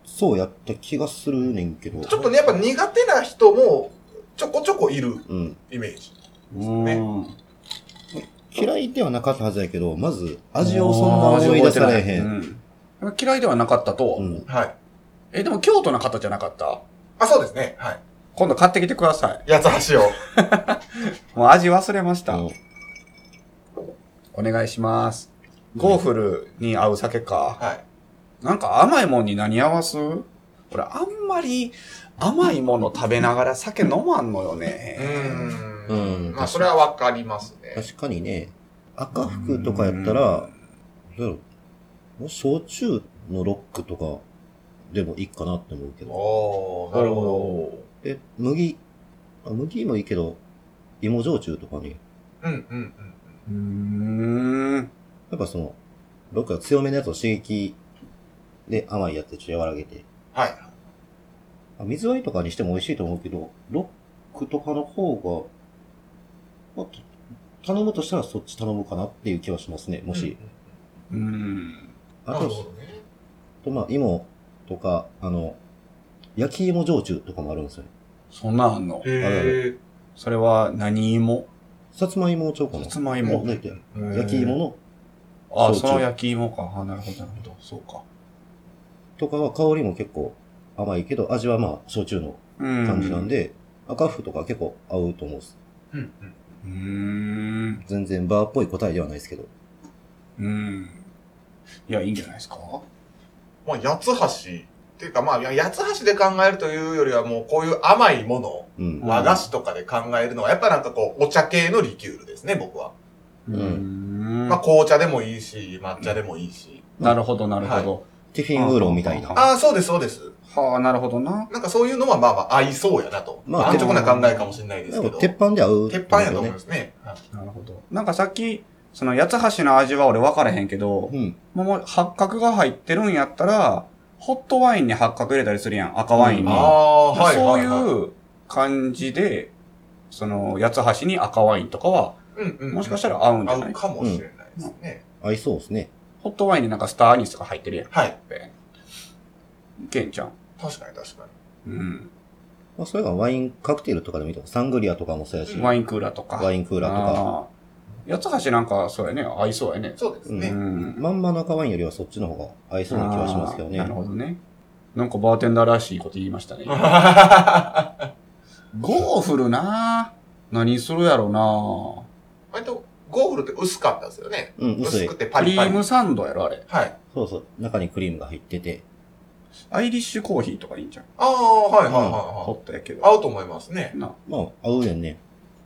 Speaker 3: そうやった気がするねんけど。
Speaker 1: ちょっとね、やっぱ苦手な人も、ちょこちょこいる
Speaker 3: うん。
Speaker 1: イメージ。
Speaker 2: え。うん。
Speaker 3: 嫌いではなかったはずやけど、まず味をそんな思い出されへん。
Speaker 2: うん嫌いではなかったと。
Speaker 3: うん。
Speaker 1: はい。
Speaker 2: え、でも京都の方じゃなかった
Speaker 1: あ、そうですね。はい。
Speaker 2: 今度買ってきてくださ
Speaker 1: 八つ橋を。
Speaker 2: い。もう味忘れました。
Speaker 3: うん
Speaker 2: お願いします。ゴーフルに合う酒か。
Speaker 1: はい。
Speaker 2: なんか甘いもんに何合わす俺あんまり甘いもの食べながら酒飲まんのよ
Speaker 1: う
Speaker 2: ね。
Speaker 1: ー。
Speaker 3: うんん
Speaker 1: まあ、それはわかりますね。
Speaker 3: 確かにね、赤服とかやったら、どうやろうもう焼酎のロックとかでもいいかなって思うけど。
Speaker 1: おー、なるほ
Speaker 3: え、麦、あ麦もいいけど、芋焼酎とかね、
Speaker 1: ど。うん、うん、うん。
Speaker 2: うーん。
Speaker 3: やっぱその、ロックは強めのやつを刺激で甘いやつでちょっと和らげて。
Speaker 1: はい。
Speaker 3: あ水割りとかにしても美味しいと思うけど、ロックとかの方が、まあた頼むとしたらそっち頼むかなっていう気はしますね、もし。
Speaker 2: うーん。
Speaker 1: うん。
Speaker 3: あ
Speaker 1: なるほ
Speaker 3: と、
Speaker 1: どね。
Speaker 3: とまあ、芋とか、あの、焼き芋焼酎とかもあるんですよね。
Speaker 2: そんなんあんの
Speaker 1: へ
Speaker 2: それは何芋
Speaker 3: さつまいもちゃうかな
Speaker 2: さつまいも
Speaker 3: うんだって
Speaker 1: ー
Speaker 3: 焼き芋。の
Speaker 2: あ、
Speaker 3: 焼酎
Speaker 2: その焼き芋か。あ、なるほど、なるほど。そうか。
Speaker 3: とかは香りも結構甘いけど、味はまあ、焼酎の
Speaker 2: うん
Speaker 3: 感じなん。で、赤服とか結構合うと思うんです。
Speaker 1: うん、うん。
Speaker 2: うーん。
Speaker 3: 全然バーっぽい答えではないですけど。
Speaker 2: うん。いや、いいんじゃないですか。
Speaker 1: まあ、八つ橋っていうか、まあ、八つ橋で考えるというよりは、もうこういう甘いもの、
Speaker 3: うん。
Speaker 2: うん
Speaker 1: 和菓子とかで考えるのは、やっぱなんかこう、お茶系のリキュールですね、僕は。
Speaker 3: ん
Speaker 2: ん
Speaker 1: まあ、紅茶でもいいし、抹茶でもいいし。
Speaker 2: なるほど、なるほど。
Speaker 3: ティフィンウーロンみたい
Speaker 2: うん
Speaker 3: な。
Speaker 1: ああ、そうです、そうです。
Speaker 2: はあ、なるほどな。
Speaker 1: なんかそういうのはまあまあ合いそうやなと。ま
Speaker 3: ま
Speaker 1: あ、
Speaker 3: あ
Speaker 1: 安直な考えかもしれないです
Speaker 3: で
Speaker 1: け
Speaker 3: も
Speaker 1: ど。
Speaker 3: 鉄板で合う、
Speaker 1: 鉄板やと思いま
Speaker 3: ね。
Speaker 1: すね。はい
Speaker 2: なるほど。なんかさっき、その八つ橋の味は俺分からへんけど、
Speaker 3: うん。
Speaker 2: もう八角が入ってるんやったら、ホットワインに八角入れたりするやん、赤ワインに。
Speaker 3: うん
Speaker 1: ああ、はい。
Speaker 2: そうい
Speaker 1: はは
Speaker 2: う感じで、その八つ橋に赤ワインとかは、
Speaker 1: うんうん、
Speaker 2: もしかしたら合うんじ
Speaker 1: 合
Speaker 2: ゃな
Speaker 1: う
Speaker 2: い
Speaker 1: かもしれないですね。
Speaker 3: 合いそうですね。
Speaker 2: ホットワインになんかスターアニスとか入ってるやん。
Speaker 1: はい。
Speaker 2: ケンちゃん。
Speaker 1: 確かに確か
Speaker 2: うん。
Speaker 3: まあ、それがワインカクテルとかでもいいと思うサングリアとかもそうやし、
Speaker 2: ワインクーラーとか。
Speaker 3: ワインクーラーとか。
Speaker 2: あー八つ橋なんか、そうやね。合いそうやね
Speaker 1: に。。そうですね。
Speaker 2: ん
Speaker 3: まんまの赤ワインよりはそっちの方が合いそうな気はしますけどね。
Speaker 2: あーなるほどね。なんかバーテンダーらしいこと言いましたね。ゴーフルなぁ。何するやろな
Speaker 1: 割と、ゴーグルって薄かったですよね。
Speaker 3: うん、薄
Speaker 1: 薄
Speaker 3: い
Speaker 1: く。てパ
Speaker 2: ぁ。ク
Speaker 1: リ
Speaker 2: リ
Speaker 1: パリ。
Speaker 2: ームサンドやろ、あれ。
Speaker 1: はい。
Speaker 3: そうそう。中にクリームが入ってて。
Speaker 2: アイリッシュコーヒーとかいいんじゃん。
Speaker 1: ああ、はいはいはい
Speaker 2: ホ
Speaker 1: は
Speaker 2: ットやけ
Speaker 1: い。
Speaker 2: ど。
Speaker 1: 合うと思いますね。
Speaker 2: な、
Speaker 3: まあ、合うやんね。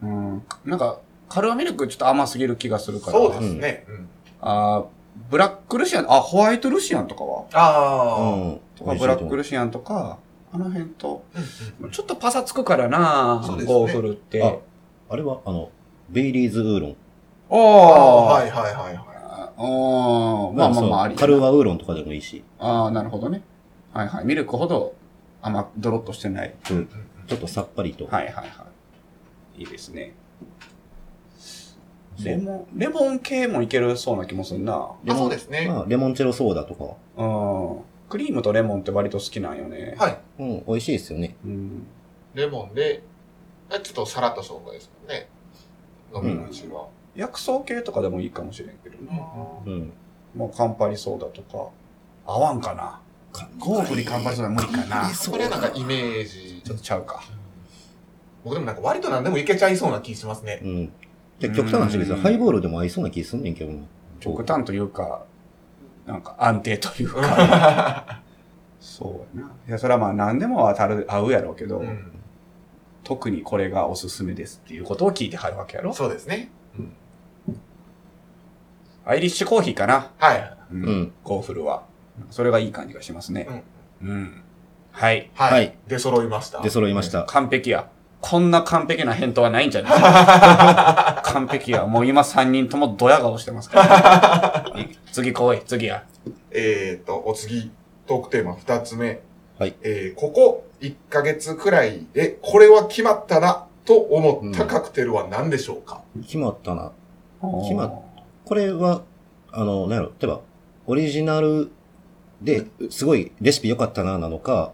Speaker 2: うん。なんか、カルアミルクちょっと甘すぎる気がするから。
Speaker 1: そうですね。うん。
Speaker 2: あーブラックルシアン、あ、ホワイトルシアンとかは
Speaker 3: う
Speaker 1: ああ。
Speaker 3: ん。
Speaker 2: とか、ブラックルシアンとか、あの辺と
Speaker 1: うん、
Speaker 2: ちょっとパサつくからな
Speaker 1: そうですね
Speaker 2: ゴーグルって。
Speaker 3: ああれは、あの、ベイリーズウーロン。
Speaker 1: ああ、
Speaker 2: あ
Speaker 1: は
Speaker 2: ー
Speaker 1: いはいはいはい。
Speaker 2: あー、まあまあまあ、あり
Speaker 3: カルワウーロンとかでもいいし、
Speaker 2: ああ、なるほどね。はいはい。ミルクほど甘く、ドロッとしてない。
Speaker 3: ちょっとさっぱりと。
Speaker 2: はいはいはい。いいですね。
Speaker 3: そう
Speaker 2: レモン、レモン系もいけるそうな気もするな。
Speaker 1: あ、そうですね。
Speaker 3: まあ、レモンチェロソーダとか。
Speaker 2: うん。クリームとレモンって割と好きなんよね。
Speaker 1: はい。
Speaker 3: うん、美味しいですよね。
Speaker 2: うん。
Speaker 1: レモンで、あちょっとさらっとした方がいいですもんね。飲みのうちは。
Speaker 2: 薬草系とかでもいいかもしれんけどな。
Speaker 3: うん。
Speaker 2: もうカンパリソーダとか。合わんかな。ゴーグリカンパリソーダ無理かな。ち
Speaker 1: それはなんかイメージ。
Speaker 2: ょっとちゃうか。
Speaker 1: 僕でもなんか割と何でもいけちゃいそうな気します ね。
Speaker 3: うん。じゃあ極端な話ですよ
Speaker 2: うん
Speaker 3: ハイボールでも合いそうな気すんねんけどな。
Speaker 2: 極端というか、なんか安定というか。そうやな。いや、それはまあ何でも当たる、合うやろうけど、
Speaker 1: うん。
Speaker 2: 特にこれがおすすめですっていうことを聞いてはるわけやろ。
Speaker 1: そうですね。
Speaker 2: アイリッシュコーヒーかな。
Speaker 1: はい。
Speaker 2: う
Speaker 3: う。ん。
Speaker 2: ゴーフルは。それがいい感じがしますね。うん。はい。
Speaker 1: は
Speaker 3: はいい。
Speaker 1: 出揃いました。
Speaker 3: 出揃いました。
Speaker 2: 完璧や。こんな完璧な返答はないんじゃない完璧や。もう今3人ともドヤ顔してますから。い次来い、次や。
Speaker 1: えーと、お次、トークテーマ二つ目。
Speaker 3: はい。
Speaker 1: えー、ここ1ヶ月くらいで、これは決まったな、と思ったカクテルは何でしょうか、
Speaker 3: 決まったな。
Speaker 2: 決
Speaker 3: まっこれは、あの、なんやろ、例えば、オリジナルで、すごいレシピ良かったな、なのか、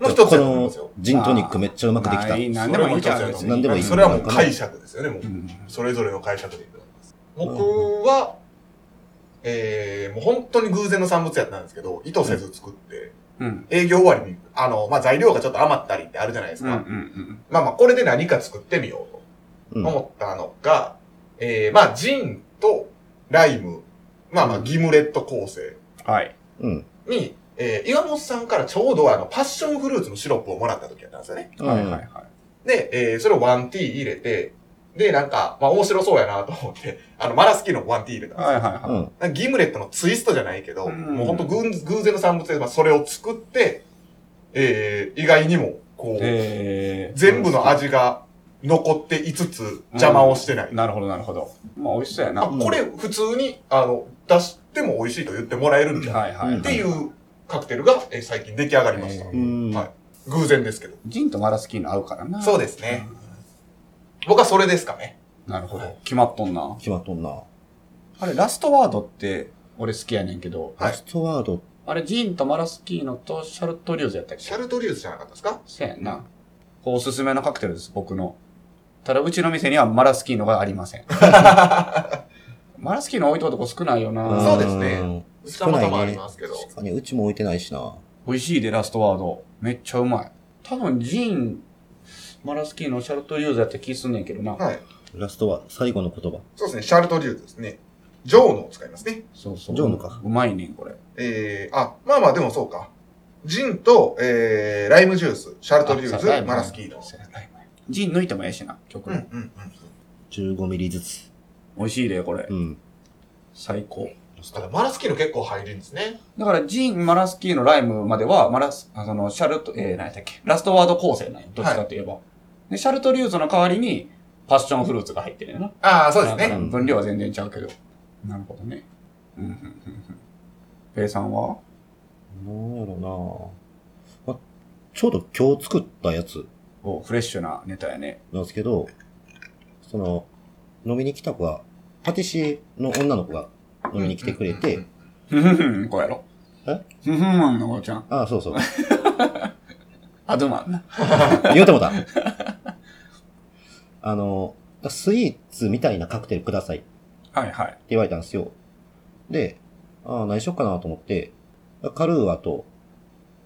Speaker 1: の一つ
Speaker 3: こ
Speaker 1: だと思いま
Speaker 3: の
Speaker 1: すよ。
Speaker 3: ジントニックめっちゃうまくできた。
Speaker 2: ない何でもいいじ
Speaker 1: そ
Speaker 2: ゃ
Speaker 1: れ
Speaker 2: ん、
Speaker 1: も一つ
Speaker 2: 別
Speaker 1: やと思
Speaker 2: に。
Speaker 1: う
Speaker 3: 何でもいい
Speaker 1: それはもう解釈ですよね、もう
Speaker 2: う。ん
Speaker 1: それぞれの解釈でいただきます。僕は、えー、もう本当に偶然の産物やったんですけど、意図せず作って、
Speaker 2: うん。
Speaker 1: 営業終わりに、あの、まあ、材料がちょっと余ったりってあるじゃないです
Speaker 2: うん
Speaker 1: か。
Speaker 2: うん
Speaker 1: まあまあ、これで何か作ってみようと。
Speaker 3: うん。
Speaker 1: 思ったのが、えー、まあ、ジンとライム、まあまあ、ギムレット構成
Speaker 2: うん。はい。
Speaker 3: うん。
Speaker 1: に、えー、岩本さんからちょうどあの、パッションフルーツのシロップをもらった時だったんですよね。
Speaker 2: はいはいはい。
Speaker 1: で、えー、それをワンティー入れて、で、なんか、まあ、面白そうやなと思って、 あの、マラスキーのワンティー入れたんです
Speaker 2: はいはいは
Speaker 3: うん。
Speaker 1: なんかギムレットのツイストじゃないけど、
Speaker 2: うん
Speaker 1: もうほんと偶偶然の産物で、まあ、それを作って、えー、意外にも、こ
Speaker 2: い。
Speaker 1: う、
Speaker 2: えー
Speaker 1: 全部の味が残っていつつ邪魔をしてない。
Speaker 2: なるほどなるほど。まあ美味しそうやな。
Speaker 1: あ、
Speaker 2: はい
Speaker 1: これ普通に、あの、出しても美味しいと言ってもらえるんじゃん。っ
Speaker 2: はい。
Speaker 3: うん
Speaker 1: ていうカクテルが、えー最近出来上がりました。
Speaker 2: え
Speaker 3: うん。
Speaker 1: はい偶然ですけど。
Speaker 2: ジンとマラスキーの合うからな。
Speaker 1: そうですね。僕はそれですかね。
Speaker 2: なるほど。決まっとんな。
Speaker 3: 決まっとんな。
Speaker 2: あれ、ラストワードって、俺好きやねんけど、
Speaker 1: はい
Speaker 3: ラストワード、
Speaker 2: あれ、ジンとマラスキーノとシャルトリューズやったっけ
Speaker 1: シャルトリューズじゃなかったですか
Speaker 2: そうやんな。こうおすすめのカクテルです、僕の。ただ、うちの店にはマラスキーノがありませ ん。マラスキーノ置いとるとこ少ないよ
Speaker 1: ん
Speaker 2: な。
Speaker 1: そうですね
Speaker 3: ん。
Speaker 1: うちたまたまありますけど。
Speaker 3: 確かに、うちも置いてないしな。
Speaker 2: 美味しいで、ラストワード。めっちゃうまい。多分、ジン、マラスキーノ、シャルトリューズやった気すんねんけどな。
Speaker 1: はい。
Speaker 3: ラストワード、最後の言葉。
Speaker 1: そうですね、シャルトリューズですね。ジョーのを使いますね。
Speaker 2: そうそう。
Speaker 3: ジョーのか
Speaker 2: うまいねん、これ。
Speaker 1: えー、あ、まあまあでもそうか。ジンと、えー、ライムジュース、シャルトリュー
Speaker 2: あそうや
Speaker 1: ズ、マラスキード。
Speaker 2: そうやライムやジン抜いてもええしな、曲
Speaker 1: うんう
Speaker 2: も。
Speaker 1: んうん。
Speaker 3: 15ミリずつ。
Speaker 2: 美味しいで、これ。
Speaker 3: うん。
Speaker 2: 最高。
Speaker 1: だからマラスキード結構入るんですね。
Speaker 2: だから、ジン、マラスキーのライムまでは、マラス、あその、シャルト、えー、何やったっけ、ラストワード構成なんよ。どっちかといえば。で、シャルトリューズの代わりに、パッションフルーツが入ってるよな。
Speaker 1: ああ、そうです
Speaker 2: だから
Speaker 1: ね。
Speaker 2: 分量は全然ちゃうけど。なるほどね。うん、うん、うん、うん。ペイさんは
Speaker 3: なんやろなまちょうど今日作ったやつ
Speaker 2: おフレッシュなネタやね。
Speaker 3: なんですけど、その、飲みに来た子が、パティシエの女の子が飲みに来てくれ
Speaker 1: うんうん
Speaker 3: て、
Speaker 2: ふふふん、こうやろ。
Speaker 3: え
Speaker 2: ふふふんの子ちゃん。
Speaker 3: ああ、そうそう。
Speaker 2: アドゥマンな。
Speaker 3: 言うてもた。 あの、スイーツみたいなカクテルくださいって
Speaker 2: はいはい。
Speaker 3: 言われたんですよ。で、ああ、何しよっかなと思って、カルーアと、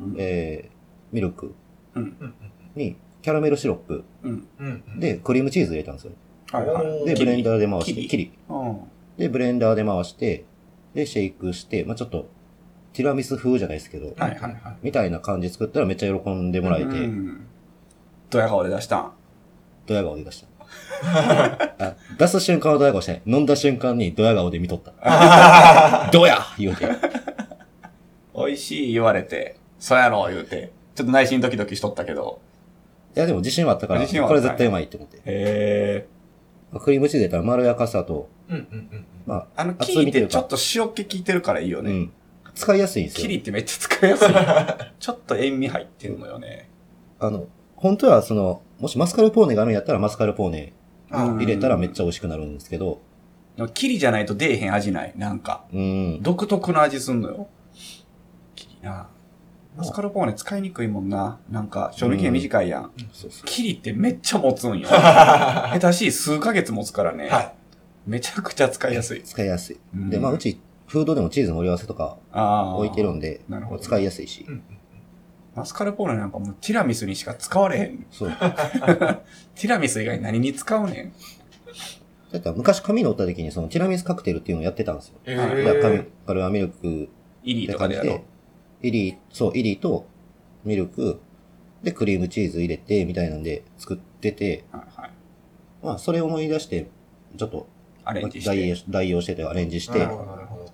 Speaker 2: うん
Speaker 3: えー、ミルク
Speaker 1: うん
Speaker 3: に、キャラメルシロップ
Speaker 2: うん。
Speaker 1: うんうんうん
Speaker 3: で、クリームチーズ入れたんですよ。
Speaker 2: はいはい。
Speaker 1: お
Speaker 3: で、ブレンダーで回し
Speaker 2: キリ
Speaker 3: て、キリ。
Speaker 2: うん。
Speaker 3: で、ブレンダーで回して、で、シェイクして、まあちょっと、ティラミス風じゃないですけど、
Speaker 2: はいはいはい。
Speaker 3: みたいな感じ作ったらめっちゃ喜んでもらえて、
Speaker 2: うん。ドヤ顔で出したん。
Speaker 3: ドヤ顔で出した。あ出す瞬間はドヤ顔してない。飲んだ瞬間にドヤ顔で見とった。ドヤ言うて。
Speaker 2: 美味しい言われて、そうやろ言うて、ちょっと内心ドキドキしとったけど。
Speaker 3: いや、でも自信はあったから、
Speaker 2: 自信はあった
Speaker 3: これ絶対うまいって思って。
Speaker 2: へえ。
Speaker 3: クリームチーズ入れたらまろやかさと、
Speaker 1: うんうんうん
Speaker 3: ま
Speaker 2: あの、
Speaker 3: 厚
Speaker 2: キリ
Speaker 3: み
Speaker 2: っ
Speaker 3: とい
Speaker 2: て
Speaker 3: う
Speaker 2: ちょ
Speaker 3: か
Speaker 2: っと塩気効いてるからいいよ
Speaker 3: あ、
Speaker 2: ね。
Speaker 3: うん。使いやすいんです
Speaker 2: キ
Speaker 3: よ。
Speaker 2: リってめっちゃ使いやすい。 ちょっと塩味入ってるのよね。
Speaker 3: あの、本当はその、もしマスカルポーネがあるんやったらマスカルポーネ
Speaker 2: うん
Speaker 3: 入れたらめっちゃ美味しくなるんですけど、
Speaker 2: でもキリじゃないと出えへん味ない。なんか、
Speaker 3: うん。
Speaker 2: 独特の味すんのよ。キリな。マスカルポーネ使いにくいもんな。なんか、賞味期限短いやん。
Speaker 3: そうそう
Speaker 2: キリってめっちゃ持つ んよ。下手しい数ヶ月持つからね。
Speaker 1: はい
Speaker 2: めちゃくちゃ使いやすい。
Speaker 3: 使いやすい。
Speaker 2: うん
Speaker 3: で、まあ、うち、フードでもチーズ盛り合わせとか
Speaker 2: あー
Speaker 3: 置いてるんで
Speaker 2: なるほ、ど
Speaker 3: 使いやすいし
Speaker 1: う。ん
Speaker 2: マスカルポーネなんかもうティラミスにしか使われへん。
Speaker 3: そう。
Speaker 2: ティラミス以外何に使うねん。
Speaker 3: だって昔紙におった時にそのティラミスカクテルっていうのをやってたんですよ。
Speaker 1: え
Speaker 2: はい
Speaker 3: だから紙
Speaker 1: ー、
Speaker 3: からはミルク
Speaker 2: イリー
Speaker 3: って
Speaker 2: とか
Speaker 3: 感
Speaker 2: で
Speaker 3: じ
Speaker 2: やろ
Speaker 3: で。、イリー、そう、イリーとミルク、で、クリームチーズ入れて、みたいなんで作ってて、
Speaker 2: はいはい。
Speaker 3: まあ、それを思い出して、ちょっと、
Speaker 2: アレンジし
Speaker 3: 代用
Speaker 2: て。
Speaker 3: し代用してて、アレンジし
Speaker 1: な
Speaker 3: て
Speaker 1: る、ほどなるほど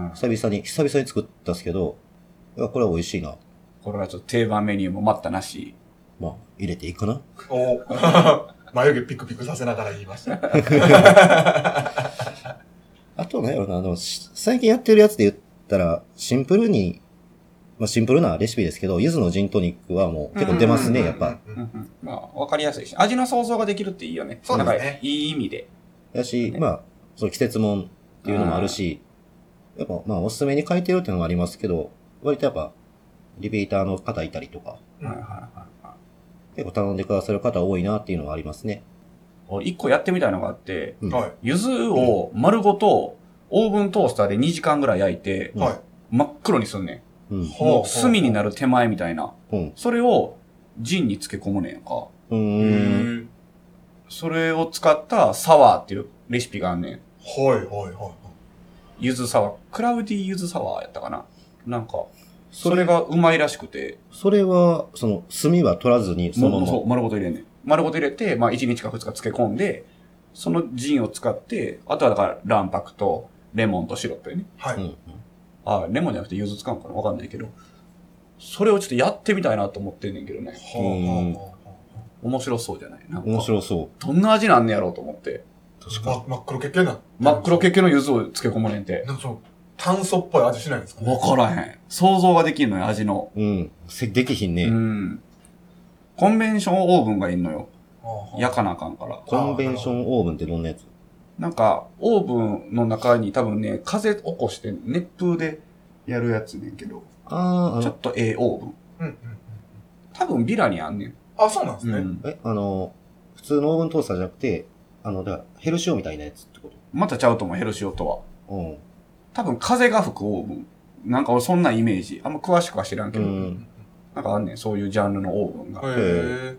Speaker 2: うん
Speaker 3: 久々に、久々に作ったんですけど、いやこれは美味しいな。
Speaker 2: これはちょっと定番メニューも待ったなし。
Speaker 3: まあ、入れていいかな。
Speaker 1: お眉毛ピクピクさせながら言いました。
Speaker 3: あと、なんやろな、あの、し最近やってるやつで言ったら、シンプルに、まあ、シンプルなレシピですけど、柚子のジントニックはもう結構出ますね、
Speaker 1: うん
Speaker 3: やっぱ。。
Speaker 1: うんうん
Speaker 2: うんうんまあ、わかりやすいし。味の想像ができるっていいよね。
Speaker 1: そうですね
Speaker 2: なんかいい意味で。
Speaker 3: だし、
Speaker 2: ね
Speaker 3: まあ、その季節もんっていうのもあるし、やっぱ、まあ、おすすめに書いてるっていうのもありますけど、割とやっぱ、リピーターの方いたりとか、
Speaker 1: うん
Speaker 2: はいはいはいはい
Speaker 3: 結構頼んでくださる方多いなっていうのはありますね。
Speaker 2: 俺一個やってみたいのがあって、
Speaker 3: うん
Speaker 1: はい。
Speaker 2: 柚子を丸ごとオーブントースターで2時間ぐらい焼いて、
Speaker 3: うん
Speaker 1: はい。
Speaker 2: 真っ黒にすんね
Speaker 3: うん
Speaker 2: ん。もう炭にな
Speaker 1: る。
Speaker 2: る手前みたいな。
Speaker 3: うん。
Speaker 2: それをジンに漬け込むねんやんか。
Speaker 3: う
Speaker 1: う
Speaker 3: ーん。
Speaker 1: ん。
Speaker 2: それを使ったサワーっていうレシピがあんねん。
Speaker 1: はいはいはいはい。
Speaker 2: ゆずサワー。クラウディゆずサワーやったかななんか、そ
Speaker 3: そ
Speaker 2: れ
Speaker 3: れ、
Speaker 2: がうまいらしくて、
Speaker 3: それは、その、炭は取らずに、
Speaker 2: も
Speaker 3: そのま
Speaker 2: う
Speaker 3: ま。
Speaker 2: そう、丸ごと入れんねん。丸ごと入れて、まあ1日か2日漬け込んで、そのジンを使って、あとはだから卵白とレモンとシロップよね。
Speaker 1: はい。
Speaker 3: うん。
Speaker 2: あ、レモンじゃなくてゆず使うんかなわかんないけど。それをちょっとやってみたいなと思ってんねんけどね。
Speaker 1: はあはあは
Speaker 2: 面白そうじゃないなんか
Speaker 3: 面白そう。
Speaker 2: どんな味なんねやろうと思って。
Speaker 1: あ確かに。ま真っ黒系系な。
Speaker 2: 真っ黒。系のゆずを漬け込まれんて。
Speaker 1: なんかその、炭素っぽい味しないんですか
Speaker 2: わからへん。想像ができんのよ、味の。
Speaker 3: うん。せできひんね。
Speaker 2: うん。コンベンションオーブンがいんのよ。
Speaker 1: や
Speaker 2: 焼かなあかんから。
Speaker 3: コンベンションオーブンってどんなやつ
Speaker 2: なんか、オーブンの中に多分ね、風起こして熱風でやるやつねんけど、
Speaker 3: ああー、あ
Speaker 2: ちょ
Speaker 3: の
Speaker 2: っ、とええオーブン。
Speaker 1: うんうんうん。
Speaker 2: 多分ビラにあんねん。
Speaker 1: あ、そうなんです
Speaker 2: う
Speaker 1: ね。
Speaker 2: ん。
Speaker 3: え、あの、普通のオーブントースターじゃなくて、あの、だから、ヘルシオみたいなやつってこ
Speaker 2: またちゃうと思う、ヘルシオとは。
Speaker 3: とうん。
Speaker 2: 多分風が吹くオーブン。なんか俺そんなイメージ。あんま詳しくは知らんけど、
Speaker 3: うん
Speaker 2: なんかあんねん、そういうジャンルのオーブンが。
Speaker 1: へえ。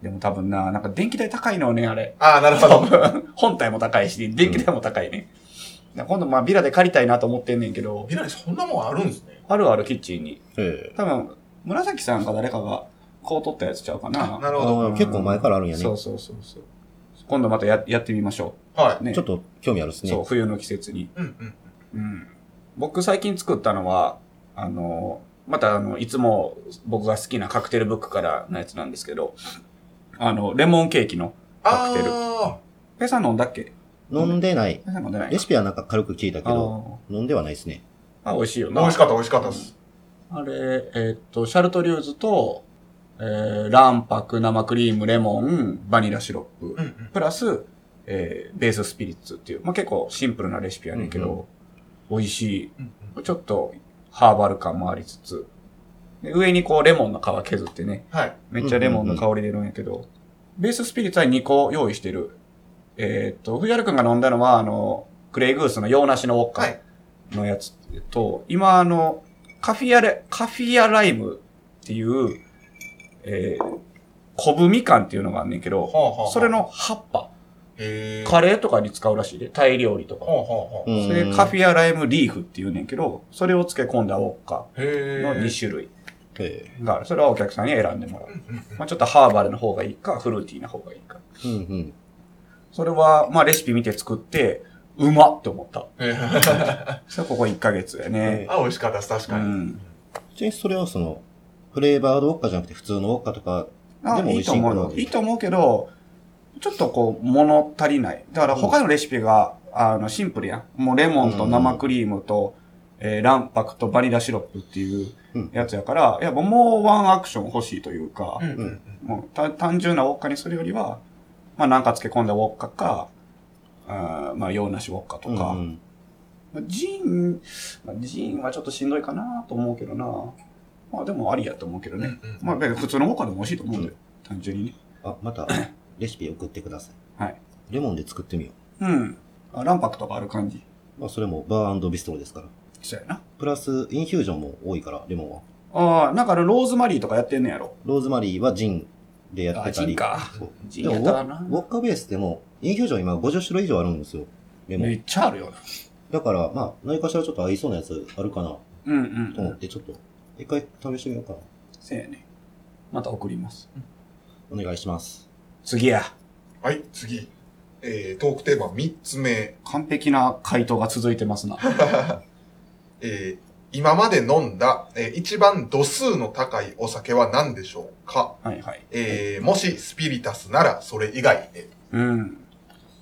Speaker 2: でも多分な、なんか電気代高いのよね、あれ。
Speaker 1: あー、なるほ
Speaker 2: 多
Speaker 1: ど。
Speaker 2: 分、本体も高いし、電気代も高いね。だから今度、まあ、ビラで借りたいなと思ってんねんけど、
Speaker 1: 未来そんなもんあるんですね。
Speaker 2: あるあるキッチンに。
Speaker 3: ええ。
Speaker 2: 多分、紫さんか誰かが、こう取ったやつちゃうかな。
Speaker 1: なるほ
Speaker 3: あ
Speaker 1: ど。
Speaker 3: あ、結構前からあるんやね。
Speaker 2: そうそうそうそう。今度またややってみましょ
Speaker 1: は
Speaker 2: う。ね。
Speaker 3: ちょっと興味あるですね。
Speaker 2: そう、冬の季節に。
Speaker 1: い。うんうん。
Speaker 2: うん。僕最近作ったのは、あの、またあの、いつも僕が好きなカクテルブックからのやつなんですけど、あの、レモンケーキのカクテル。
Speaker 1: あ
Speaker 2: ペサ飲んだっけ
Speaker 3: 飲んでない。
Speaker 2: ペサ飲んでない
Speaker 3: レシピはなんか軽く聞いたけ
Speaker 2: あ
Speaker 3: ど、
Speaker 2: ー
Speaker 3: 飲んではないですね。
Speaker 2: あ、美味しいよ
Speaker 1: あ。
Speaker 2: な。
Speaker 1: 美味しかった美味しかったです。
Speaker 2: あれ、えーっと、シャルトリューズと、えー、卵白、生クリーム、レモン、バニラシロップ
Speaker 1: う、んうん。
Speaker 2: プラス、えー、ベーススピリッツっていう、まあ、結構シンプルなレシピやねんけど、美味し
Speaker 1: うんうん
Speaker 2: い。ちょっと、ハーバル感もありつつ、で上にこう、レモンの皮削ってね、
Speaker 1: はい。
Speaker 2: めっちゃレモンの香り出るんやけど、ベーススピリッツは2個用意してる。えーっと、藤原くんが飲んだのは、あの、クレイグースの洋梨のウォッカ。
Speaker 1: はい。
Speaker 2: のやつと、今あの、カフィアレ、カフィアライムっていう、えー、コブみかんっていうのがあんねんけど、
Speaker 1: はあはあ。
Speaker 2: それ。の葉っぱ
Speaker 1: へえ。
Speaker 2: カレーとかに使うらしいで、タイ料理とか。
Speaker 1: ほうほうほう。
Speaker 2: それカフィアライムリーフって言うねんけど、それを漬け込んだウォッカ
Speaker 1: へえ。
Speaker 2: の2 種類
Speaker 3: え
Speaker 2: がある。それはお客さんに選んでもらう。まあ、ちょっとハーバルの方がいいか、フルーティーな方がいいか。
Speaker 3: えうんうん。
Speaker 2: それは、まあレシピ見て作って、うまっって思った。
Speaker 1: へー
Speaker 2: それここ1ヶ月やね。
Speaker 1: あ、美味しかったです、確かに。
Speaker 2: うん
Speaker 3: ちなみにそれはその、フレーバードウォッカじゃなくて普通のウォッカとか、
Speaker 2: あ
Speaker 3: でも美
Speaker 2: いい
Speaker 3: 味し
Speaker 2: と
Speaker 3: い
Speaker 2: 思う
Speaker 3: こ
Speaker 2: よ。
Speaker 3: れはい
Speaker 2: いと思うけど、ちょっとこう、物足りない。だから他のレシピが、あの、シンプルやん。もうレモンと生クリームと、えー卵白とバニラシロップっていう
Speaker 3: うん
Speaker 2: やつやから、いや、もうワンアクション欲しいというか、
Speaker 1: うんうん
Speaker 2: もうた単純なウォッカにするよりは、まあなんか漬け込んだウォッカか、あーまあ洋梨ウォッカとか、
Speaker 3: うんうん
Speaker 2: まあジン、まあジンはちょっとしんどいかなと思うけどな。まあでもありやと思うけどね。
Speaker 1: うんうん
Speaker 2: まあ別に普通のウォッカでも美味しいと思うんだよ。単純にね。
Speaker 3: あ、また、 レシピ送ってください。
Speaker 2: はい。
Speaker 3: レモンで作ってみよ
Speaker 2: うん。あ卵白とかある感じ。
Speaker 3: う。まあ、それもバービストロですから。
Speaker 2: そうやな。
Speaker 3: プラス、インフュージョンも多いから、レモンは。
Speaker 2: ああ、なんかあのローズマリーとかやってんのやろ。
Speaker 3: ローズマリーはジンでやってた
Speaker 2: あ
Speaker 3: り。
Speaker 2: ジンか
Speaker 3: そう。
Speaker 2: ジ
Speaker 3: で
Speaker 2: ン
Speaker 3: も
Speaker 2: や
Speaker 3: ウ
Speaker 2: っ
Speaker 3: ォ
Speaker 2: たら
Speaker 3: ッ、
Speaker 2: な
Speaker 3: ウ。ォッカベースでも、インフュージョン今50種類以上あるんですよ。レモ
Speaker 2: め
Speaker 3: ン。
Speaker 2: っちゃあるよな。
Speaker 3: だから、まあ、何かしらちょっと合いそうなやつあるかなと
Speaker 2: うんうんう
Speaker 3: 思っ
Speaker 2: ん。
Speaker 3: て、ちょっと、一回試してみようかな。
Speaker 2: せやね。また送ります。
Speaker 3: お願いします。
Speaker 2: 次や。
Speaker 1: はい、次。えー、トークテーマ3つ目。
Speaker 2: 完璧な回答が続いてますな。
Speaker 1: えー、今まで飲んだ、えー一番度数の高いお酒は何でしょうか
Speaker 2: はいはい。
Speaker 1: えー、もしスピリタスならそれ以外で。
Speaker 2: うん。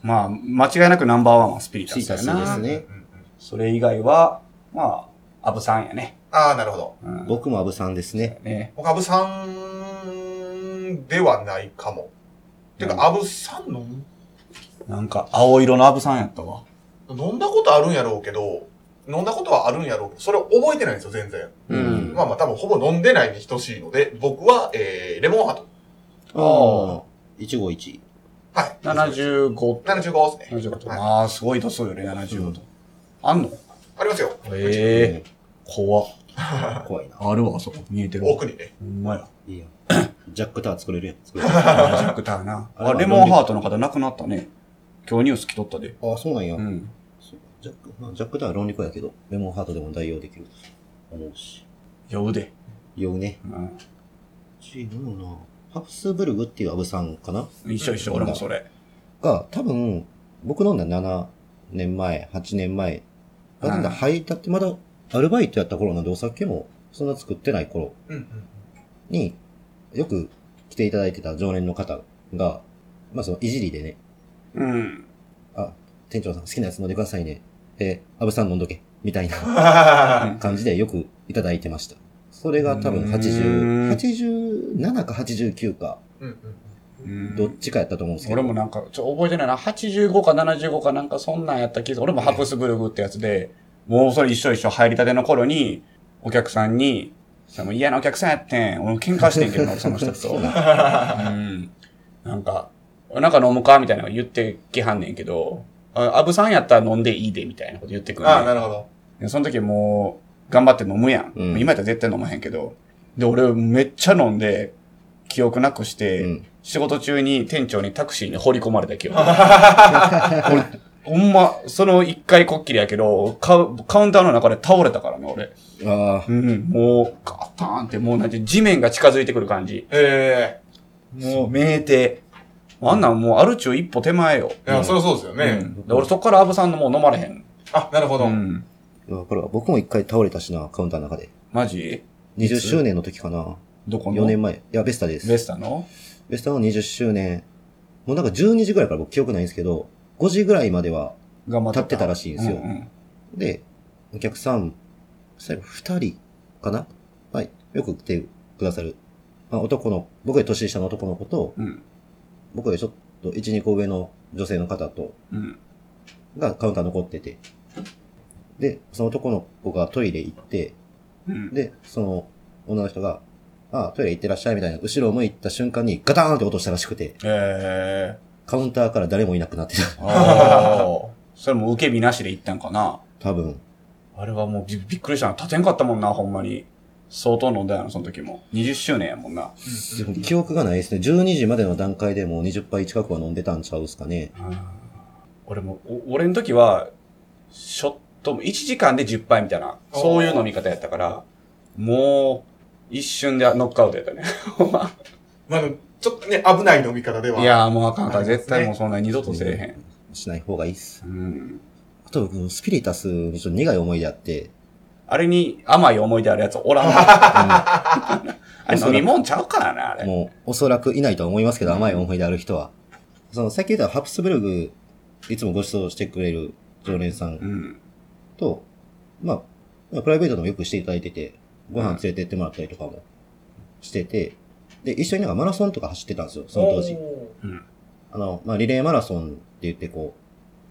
Speaker 2: まあ、間違いなくナンバーワンはスピリタスや
Speaker 3: スピリタス
Speaker 2: な
Speaker 3: で。すね
Speaker 1: うんうんうん
Speaker 2: それ以外は、まあ、アブさんやね。
Speaker 1: ああ、なるほど。
Speaker 2: うん。
Speaker 3: 僕もアブさんですね。
Speaker 2: ね。
Speaker 1: 僕、アブさんではないかも。てか、
Speaker 2: うん
Speaker 1: アブさん飲む
Speaker 2: なんか、青色のアブさんやったわ。
Speaker 1: 飲んだことあるんやろうけど、飲んだことはあるんやろうけど、それを覚えてないんですよ、全然。
Speaker 2: うん
Speaker 1: まあまあ、多分ほぼ飲んでないに等しいので、僕は、えー、レモンハート。
Speaker 2: あ
Speaker 3: あ。一期一。
Speaker 1: はい。
Speaker 2: 75。
Speaker 1: 75ですね。
Speaker 2: 75と。
Speaker 1: はい
Speaker 2: ああ、すごい度数よね、75と。あんの
Speaker 1: ありますよ。
Speaker 2: ええ怖
Speaker 3: 怖いな。
Speaker 2: あるわ、あそこ。見えてるわ。
Speaker 1: 奥にね。
Speaker 2: ほんまや。
Speaker 3: いいや。ジャックタワー作れるやん。 作れる。
Speaker 2: ジ
Speaker 3: あ、
Speaker 2: ャックターな。 あ、レモンハートの方亡くなったね。今日ニュース来とったで。
Speaker 3: そうなんや。
Speaker 2: うん。
Speaker 3: そうジャック、まあジャックタワー論理家やけど、レモンハートでも代用できると思うし。
Speaker 2: 酔うで。
Speaker 3: 酔うね。
Speaker 2: うん。
Speaker 3: ちどうな。ハプスブルグっていうアブさんかな
Speaker 2: 一緒一緒、俺もそれ。
Speaker 3: が、多分、僕飲んだ7年前、8年
Speaker 2: う
Speaker 3: 前。
Speaker 2: ん
Speaker 3: なんだ、入ったってまだ、アルバイトやった頃なんでお酒も、そんな作ってない頃
Speaker 1: うんうん。
Speaker 3: に、よく来ていただいてた常連の方が、まあその、いじりでね、
Speaker 2: うん。
Speaker 3: あ、店長さん好きなやつ飲んでくださいね。えー、安倍さん飲んどけ。みたいな感じでよくいただいてました。それが多分
Speaker 2: うーん
Speaker 3: 80、87か89か、
Speaker 1: うん うん
Speaker 2: うん
Speaker 3: どっちかやったと思うんですけど。
Speaker 2: 俺もなんか、ちょ、覚えてないな。85か75かなんかそんなんやった気がする俺もハプスブルグってやつで、もうそれ一緒一緒入りたての頃に、お客さんに、その嫌なお客さんやってん。俺も喧嘩してんけどな、その人と。。
Speaker 3: そううん だ。
Speaker 2: なんか、なんか飲むかみたいなの言ってきはんねんけど、あアブさんやったら飲んでいいで、みたいなこと言ってくる、
Speaker 1: ああ、
Speaker 2: ね
Speaker 1: なるほど。
Speaker 2: んで。その時もう、頑張って飲むやん。
Speaker 3: うん
Speaker 2: 今やったら絶対飲まへんけど。で、俺めっちゃ飲んで、記憶なくして、
Speaker 3: うん
Speaker 2: 仕事中に店長にタクシーに放り込まれた記 憶。俺ほんま、その一回こっきりやけど、カウカウンターの中で倒れたからね、俺。
Speaker 3: ああ、
Speaker 2: うん、もう、ガターンって、もうなんて地面が近づいてくる感じ。
Speaker 1: え
Speaker 2: もう、名店。あんなんもう、ある中一歩手前よ。
Speaker 1: えいや、そりゃそうですよね。
Speaker 2: うんで俺そっからアブさんのもう飲まれへん。
Speaker 1: あ、なるほど。
Speaker 2: ん。
Speaker 3: わかるわ。僕も一回倒れたしな、カウンターの中で。
Speaker 2: マジ
Speaker 3: 20周年の時かな。
Speaker 2: どこの
Speaker 3: 4年前。いや、ベスタです。
Speaker 2: ベスタの
Speaker 3: ベスタの20周年。もうなんか12時ぐらいから僕記憶ないんですけど、5時ぐらいまでは
Speaker 2: 頑張
Speaker 3: 立ってたらしいんですよ。
Speaker 2: うんうん
Speaker 3: で、お客さん、最後二人かなはい。よく来てくださる。まあ、男の、僕より年下の男の子と、
Speaker 2: うん。
Speaker 3: 僕よりちょっと1、2個上の女性の方と、
Speaker 2: うん。
Speaker 3: がカウンター残ってて。で、その男の子がトイレ行って、
Speaker 2: うん。
Speaker 3: で、その女の人が、あトイレ行ってらっしゃいみたいな、後ろを向いた瞬間にガターンって落としたらしくて、
Speaker 2: え
Speaker 3: カウンターから誰もいなくなってた。
Speaker 2: ー。 ああ。それも受け身なしで行ったんかな。
Speaker 3: 多分。
Speaker 2: あれはもうびびっくりしたな。立てんかったもんな、ほんまに。相当飲んだよな、その時も。20周年やもんな。
Speaker 3: でも記憶がないですね。12時までの段階でもう20杯近くは飲んでたんちゃうっすかね。
Speaker 2: 俺も、お俺の時は、ショットも1時間で10杯みたいな、そういう飲み方やったから、もう、一瞬でノックアウトやったね。
Speaker 1: まあ、ちょっとね、危ない飲み方では。
Speaker 2: いやーもうあかんから、
Speaker 1: ありますね
Speaker 2: 絶対もうそんな二度とせえ
Speaker 3: しない方がいいっす。
Speaker 2: へん。うん。
Speaker 3: あと僕、スピリタスにちょっと苦い思い出あって、
Speaker 2: あれに甘い思い出あるやつお らんわ。あれ飲み物ちゃうからね、あれ。
Speaker 3: もうおそらくいないとは思いますけど、甘い思い出ある人は。その、さっき言ったハプスブルグ、いつもご馳走してくれる常連さ
Speaker 2: う
Speaker 3: ん
Speaker 2: ん。
Speaker 3: と、まあ、プライベートでもよくしていただいてて、ご飯連れてってもらったりとかもしてて、で、一緒になんかマラソンとか走ってたんですよ、その当時。
Speaker 1: お
Speaker 2: うん。
Speaker 3: あの、まあ、リレーマラソンって言ってこ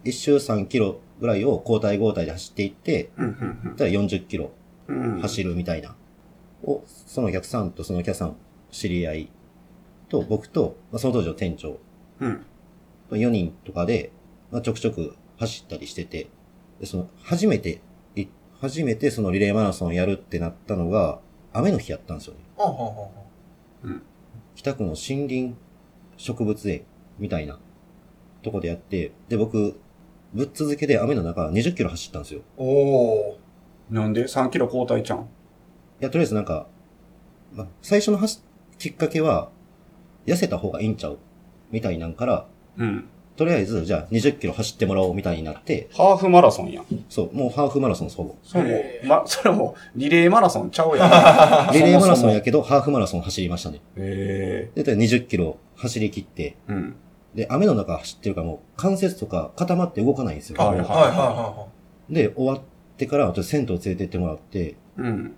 Speaker 3: う、一周3キロぐらいを交代交代で走っていって、
Speaker 2: うん。
Speaker 3: たら40キロ
Speaker 2: うん。うん。
Speaker 3: 走るみたいな。を、そのお客さんとそのお客さん、知り合いと僕と、まあ、その当時の店長
Speaker 2: うん。
Speaker 3: 4人とかで、まあ、ちょくちょく走ったりしてて、でその、初めて、い初めてそのリレーマラソンやるってなったのが、雨の日やったんですよね。
Speaker 1: ーほんほんほんほん
Speaker 3: 北区の森林植物園みたいなとこでやって、で、僕、ぶっ続けで雨の中20キロ走ったんですよ。い
Speaker 1: おー
Speaker 2: なんで ?3 キロ交代ちゃん。
Speaker 3: や、とりあえずなんか、まあ、最初の走きっかけは、痩せた方がいいんちゃうみたいなんから、
Speaker 2: うん。
Speaker 3: とりあえず、じゃあ20キロ走ってもらおうみたいになって、
Speaker 2: ハーフマラソンやん。
Speaker 3: そう、もうハーフマラソンそう。
Speaker 2: それ
Speaker 1: へ
Speaker 2: も、ま、それも、リレーマラソンちゃうや ん。
Speaker 3: リレーマラソン
Speaker 2: へ
Speaker 3: やけど、ハーフマラソン走りましたね。
Speaker 2: え
Speaker 3: で、とりあえず20キロ走り切って、
Speaker 2: ー。うん。
Speaker 3: で、雨の中走ってるからもう関節とか固まって動かないんですよ。
Speaker 2: はいはい
Speaker 1: はいはいは
Speaker 3: で、終わってから、ちょっと銭湯連れてってもらって、
Speaker 2: うん。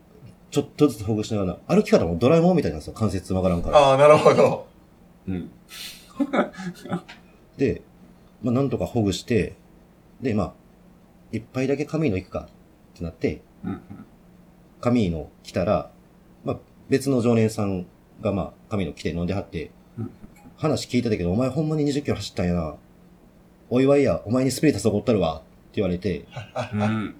Speaker 3: ちょっとずつほぐしながら、歩き方もドラえもんみたいなんですよ。関節曲がらんか
Speaker 1: いはい。
Speaker 3: ら。
Speaker 1: ああ、なるほど。
Speaker 2: うん。
Speaker 3: で、まあ、なんとかほぐして、で、まあ、一杯だけ髪の行くかってなって、
Speaker 2: うん。
Speaker 3: 髪の来たら、まあ、別の常連さんが、まあ、髪の来て飲んではって
Speaker 2: うん、
Speaker 3: 話聞いてたけど、お前ほんまに20キロ走ったんやな。お祝いや、お前にスピリタスおごったるわ。って言われて、
Speaker 2: うん。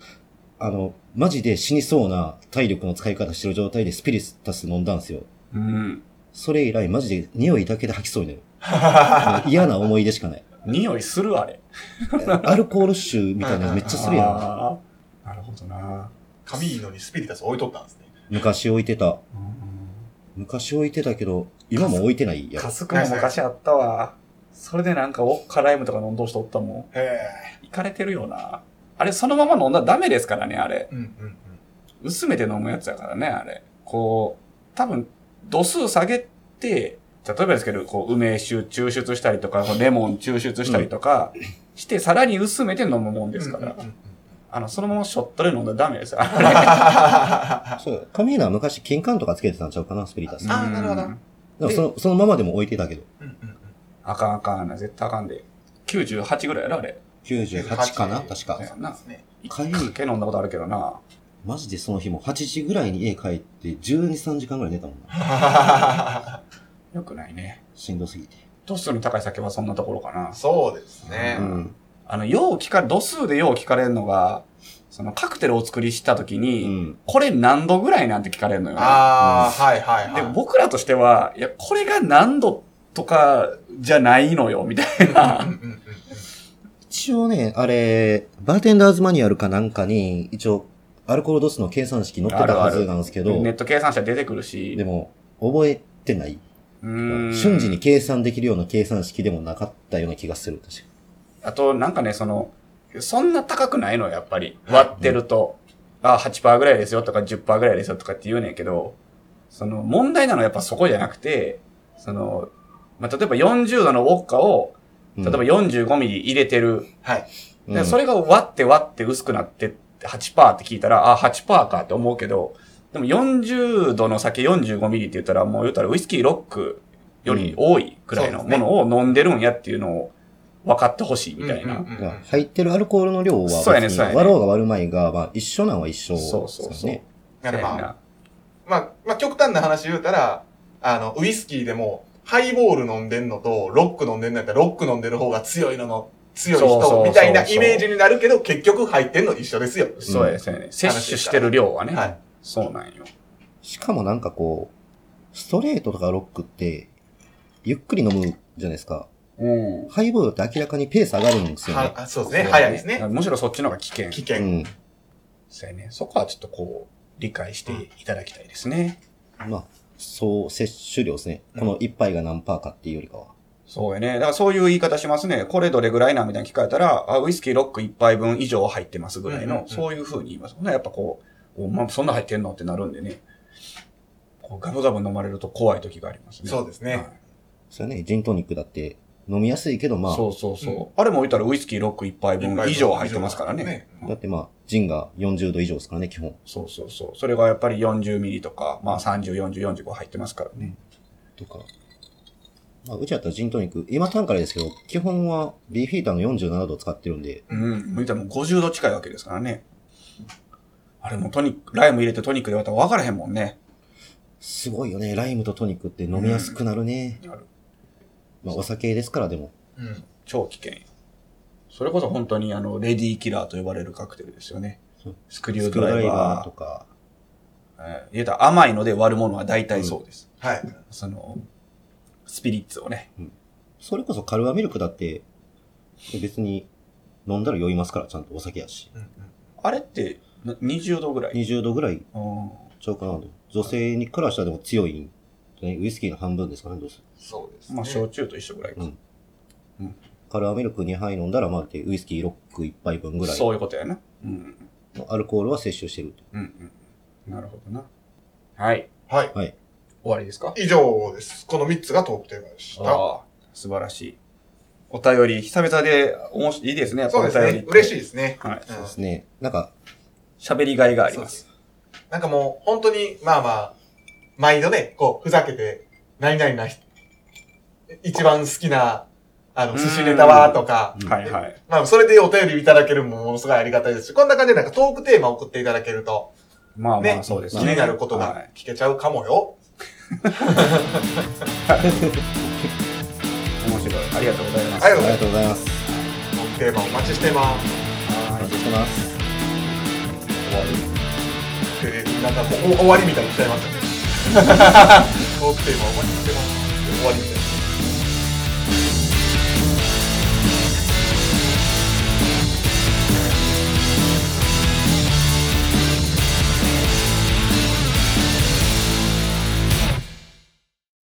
Speaker 3: あの、マジで死にそうな体力の使い方してる状態でスピリタス飲んだんすよ。
Speaker 2: うん。
Speaker 3: それ以来マジで匂いだけで吐きそうになる。もう嫌な思い出しかない。
Speaker 2: 匂いするあれ。
Speaker 3: アルコール臭みたいなのめっちゃするやん。
Speaker 2: あーなるほどな。
Speaker 1: 神のにスピリタス置いとったんですね。
Speaker 3: 昔置いてた。
Speaker 2: うん。
Speaker 3: 昔置いてたけど、今も置いてないやん
Speaker 2: カ。スクも昔あったわ。それでなんか、おっかライムとか飲んどうしとったも
Speaker 1: へ
Speaker 2: ん。いかれてるよな。あれ、そのまま飲んだらダメですからね、あれ。
Speaker 1: え。うんうんうん。
Speaker 2: 薄めて飲むやつやからね、あれ。こう、多分、度数下げて、例えばですけど、こう、梅酒抽出したりとか、こうレモン抽出したりとか、して、さらに薄めて飲むもんですから、
Speaker 1: うんうんうん
Speaker 2: あの、そのままショットで飲んだらダメですよ。
Speaker 3: そう、カミーナは昔金柑とかつけてたんちゃうかな、スピリタス。
Speaker 1: あーなるほど
Speaker 2: うん
Speaker 3: でもその、そのままでも置いてたけど。
Speaker 1: うんうんうん
Speaker 2: あかんあかんな、絶対あかんで。98ぐらいやろ、あれ。
Speaker 3: 98かな確
Speaker 2: そ
Speaker 3: か。
Speaker 2: うやな
Speaker 1: で。すね。
Speaker 3: 帰り
Speaker 2: かけ飲んだことあるけどな。
Speaker 3: マジでその日も8時ぐらいに家帰って12、3時間ぐらい寝たもんな。
Speaker 2: よくないね。
Speaker 3: しんどすぎて。
Speaker 2: 度数の高い酒はそんなところか な。
Speaker 1: そうですね
Speaker 3: う。ん。
Speaker 2: あの、よう聞かれ、度数でよう聞かれるのが、そのカクテルをお作りしたとき
Speaker 3: う
Speaker 2: に、
Speaker 3: ん。
Speaker 2: これ何度ぐらいなんて聞かれるのよね。
Speaker 1: ああ、はいはいはい。
Speaker 2: でも僕らとしては、いや、これが何度とかじゃないのよ、みたいな
Speaker 1: うん。うんうん
Speaker 3: 一応ね、あれ、バーテンダーズマニュアルかなんかに、一応、アルコール度数の計算式載ってたはずなんですけど、
Speaker 2: ネット計算したら出てくるし。
Speaker 3: でも、覚えてない。
Speaker 2: うーん
Speaker 3: 瞬時に計算できるような計算式でもなかったような気がする。確か
Speaker 2: あと、なんかね、その、そんな高くないのよ、やっぱり。割ってると。あ、8%ぐらいですよとか10%ぐらいですよとかって言うねんけど、その、問題なのはやっぱそこじゃなくて、その、まあ、例えば40度のウォッカを、
Speaker 3: うん
Speaker 2: 例えば45ミリ入れてる。
Speaker 1: はい。
Speaker 3: うん
Speaker 2: でそれが割って割って薄くなって8%って聞いたら、あ、8%かって思うけど、でも40度の酒45ミリって言ったら、もう言ったらウイスキーロックより多いくらい
Speaker 1: う
Speaker 2: の
Speaker 1: んそうで
Speaker 2: も
Speaker 1: すね
Speaker 2: のを飲んでるんやっていうのを分かってほしいみたいな。
Speaker 1: うんうんうん
Speaker 3: まあ入ってるアルコールの量は別
Speaker 2: そうやね
Speaker 3: に
Speaker 2: そうやね
Speaker 3: 割ろうが割るまいが、まあ一緒なんは一緒です
Speaker 2: そ
Speaker 3: よ
Speaker 2: う
Speaker 3: ね。
Speaker 2: そうそう。
Speaker 1: なるほ
Speaker 2: みたい
Speaker 1: ど
Speaker 2: な
Speaker 1: まあ、まあ、極端な話言うたら、あの、ウイスキーでも、ハイボール飲んでんのと、ロック飲んでんのやったら、ロック飲んでる方が強いのの、強い
Speaker 2: そうそうそう
Speaker 1: 人
Speaker 2: そう
Speaker 1: みたいなイメージになるけど、結局入ってんの一緒ですよ。
Speaker 2: そうやね、そうやね。摂取してる量はね。
Speaker 1: はい。
Speaker 2: そうなんよ。
Speaker 3: しかもなんかこう、ストレートとかロックって、ゆっくり飲むじゃないですか。
Speaker 2: うん。
Speaker 3: ハイボールって明らかにペース上がるんですよね
Speaker 1: は。あそうですね。早いですね。。
Speaker 2: むしろそっちの方が危険。
Speaker 1: 危
Speaker 3: う
Speaker 1: 険。
Speaker 3: ん。
Speaker 2: そうやね。そこはちょっとこう、理解していただきたいですね。
Speaker 3: まあ、そう、摂取量ですね。この一杯が何パーかっていうよりかは。
Speaker 2: そうやね。だからそういう言い方しますね。これどれぐらいなみたいに聞かれたら、あ、ウイスキーロック1杯分以上入ってますぐらいの、
Speaker 1: うんうんうん
Speaker 2: そういう風に言います。ほんならやっぱこう、おまそんな入ってんのってなるんでね。こうガブガブ飲まれると怖い時がありますね。
Speaker 1: そうですね
Speaker 2: はい
Speaker 3: そうね、ジントニックだって飲みやすいけど、ま
Speaker 2: そ
Speaker 3: あ、
Speaker 2: うそうそう。
Speaker 1: う
Speaker 2: あれも言ったらウイスキーロック1杯分以上入ってますからね。うん
Speaker 3: だってまあ、ジンが40度以上ですからね、基本。
Speaker 2: そうそうそう。それがやっぱり40ミリとか、まあ30、40、45入ってますからね。
Speaker 3: とか。まあ、うちだったらジントニック、今単価ですけど、基本はビーフィーターの47度使ってるんで、
Speaker 2: うん。見たらもう50度近いわけですからね。あれもトニック、ライム入れてトニックで割ったら分からへんもんね。
Speaker 3: すごいよね、ライムとトニックって飲みやすくなるね。
Speaker 2: なる
Speaker 3: まあ、お酒ですからでも。
Speaker 1: うん。
Speaker 2: 超危険よそれこそ本当にあの、レディーキラーと呼ばれるカクテルですよね
Speaker 3: そう。
Speaker 2: スクリュ
Speaker 3: ス
Speaker 2: ー
Speaker 3: ク
Speaker 2: ド
Speaker 3: ラ
Speaker 2: ライ
Speaker 3: イバーと
Speaker 2: バ
Speaker 3: か、
Speaker 2: ー。えー言えたら甘いので割るものは大体そうです。
Speaker 1: はい。
Speaker 2: その、スピリッツをね。
Speaker 3: それこそカルアミルクだって、別に飲んだら酔いますから、ちゃんとお酒やし。
Speaker 1: うんうん
Speaker 2: あれってな20度ぐらい。
Speaker 3: 20度ぐらい
Speaker 2: うん
Speaker 3: ちゃうかな。女性にからしたらでも強いんじゃないウイスキーの半分ですかね、どうする
Speaker 1: そうですね。
Speaker 2: まあ、焼酎と一緒ぐらいか。
Speaker 3: うんカルアミルク2杯飲んだら、まあ、でウイスキー6杯1杯分ぐらい
Speaker 2: そういうことやな。うん。
Speaker 3: のアルコールは摂取してると。
Speaker 2: うんうん。なるほどな。はい。
Speaker 1: はい。
Speaker 2: 終わりですか
Speaker 1: 以上です。この3つがトークテーマでした。
Speaker 2: ああ、素晴らしい。お便り、久々で、おもし、いいですね、やっぱ
Speaker 1: そ
Speaker 2: お
Speaker 1: うです
Speaker 2: 便り
Speaker 1: ね
Speaker 2: っ。て。
Speaker 1: 嬉しいですね。
Speaker 2: はい
Speaker 1: うん
Speaker 3: ですね。なんか、
Speaker 2: 喋りがいがあります。
Speaker 1: なんかもう、本当に、まあまあ、毎度ね、こう、ふざけて、何々な人、一番好きな、あの、寿司ネタは、とか、
Speaker 3: そう
Speaker 2: はいはい。
Speaker 1: まあ、それでお便りいただけるのもものすごいありがたいですし、こんな感じでなんかトークテーマを送っていただけると、
Speaker 2: まあま
Speaker 1: ね
Speaker 2: あ、そうです
Speaker 1: 気
Speaker 2: ね。
Speaker 1: になること
Speaker 2: は
Speaker 1: が
Speaker 2: い
Speaker 1: 聞けちゃうかもよ。
Speaker 2: 面白い。ありがとうございます。
Speaker 1: あり
Speaker 3: あ
Speaker 1: が
Speaker 3: りがとうございます。
Speaker 1: トークテーマお待ちしてます。
Speaker 3: お
Speaker 2: はい
Speaker 3: 待ちしてます。
Speaker 1: で なんかもうお終わりみたいにしちゃいましたね。トークテーマお待ちしてます。終わりみたいに。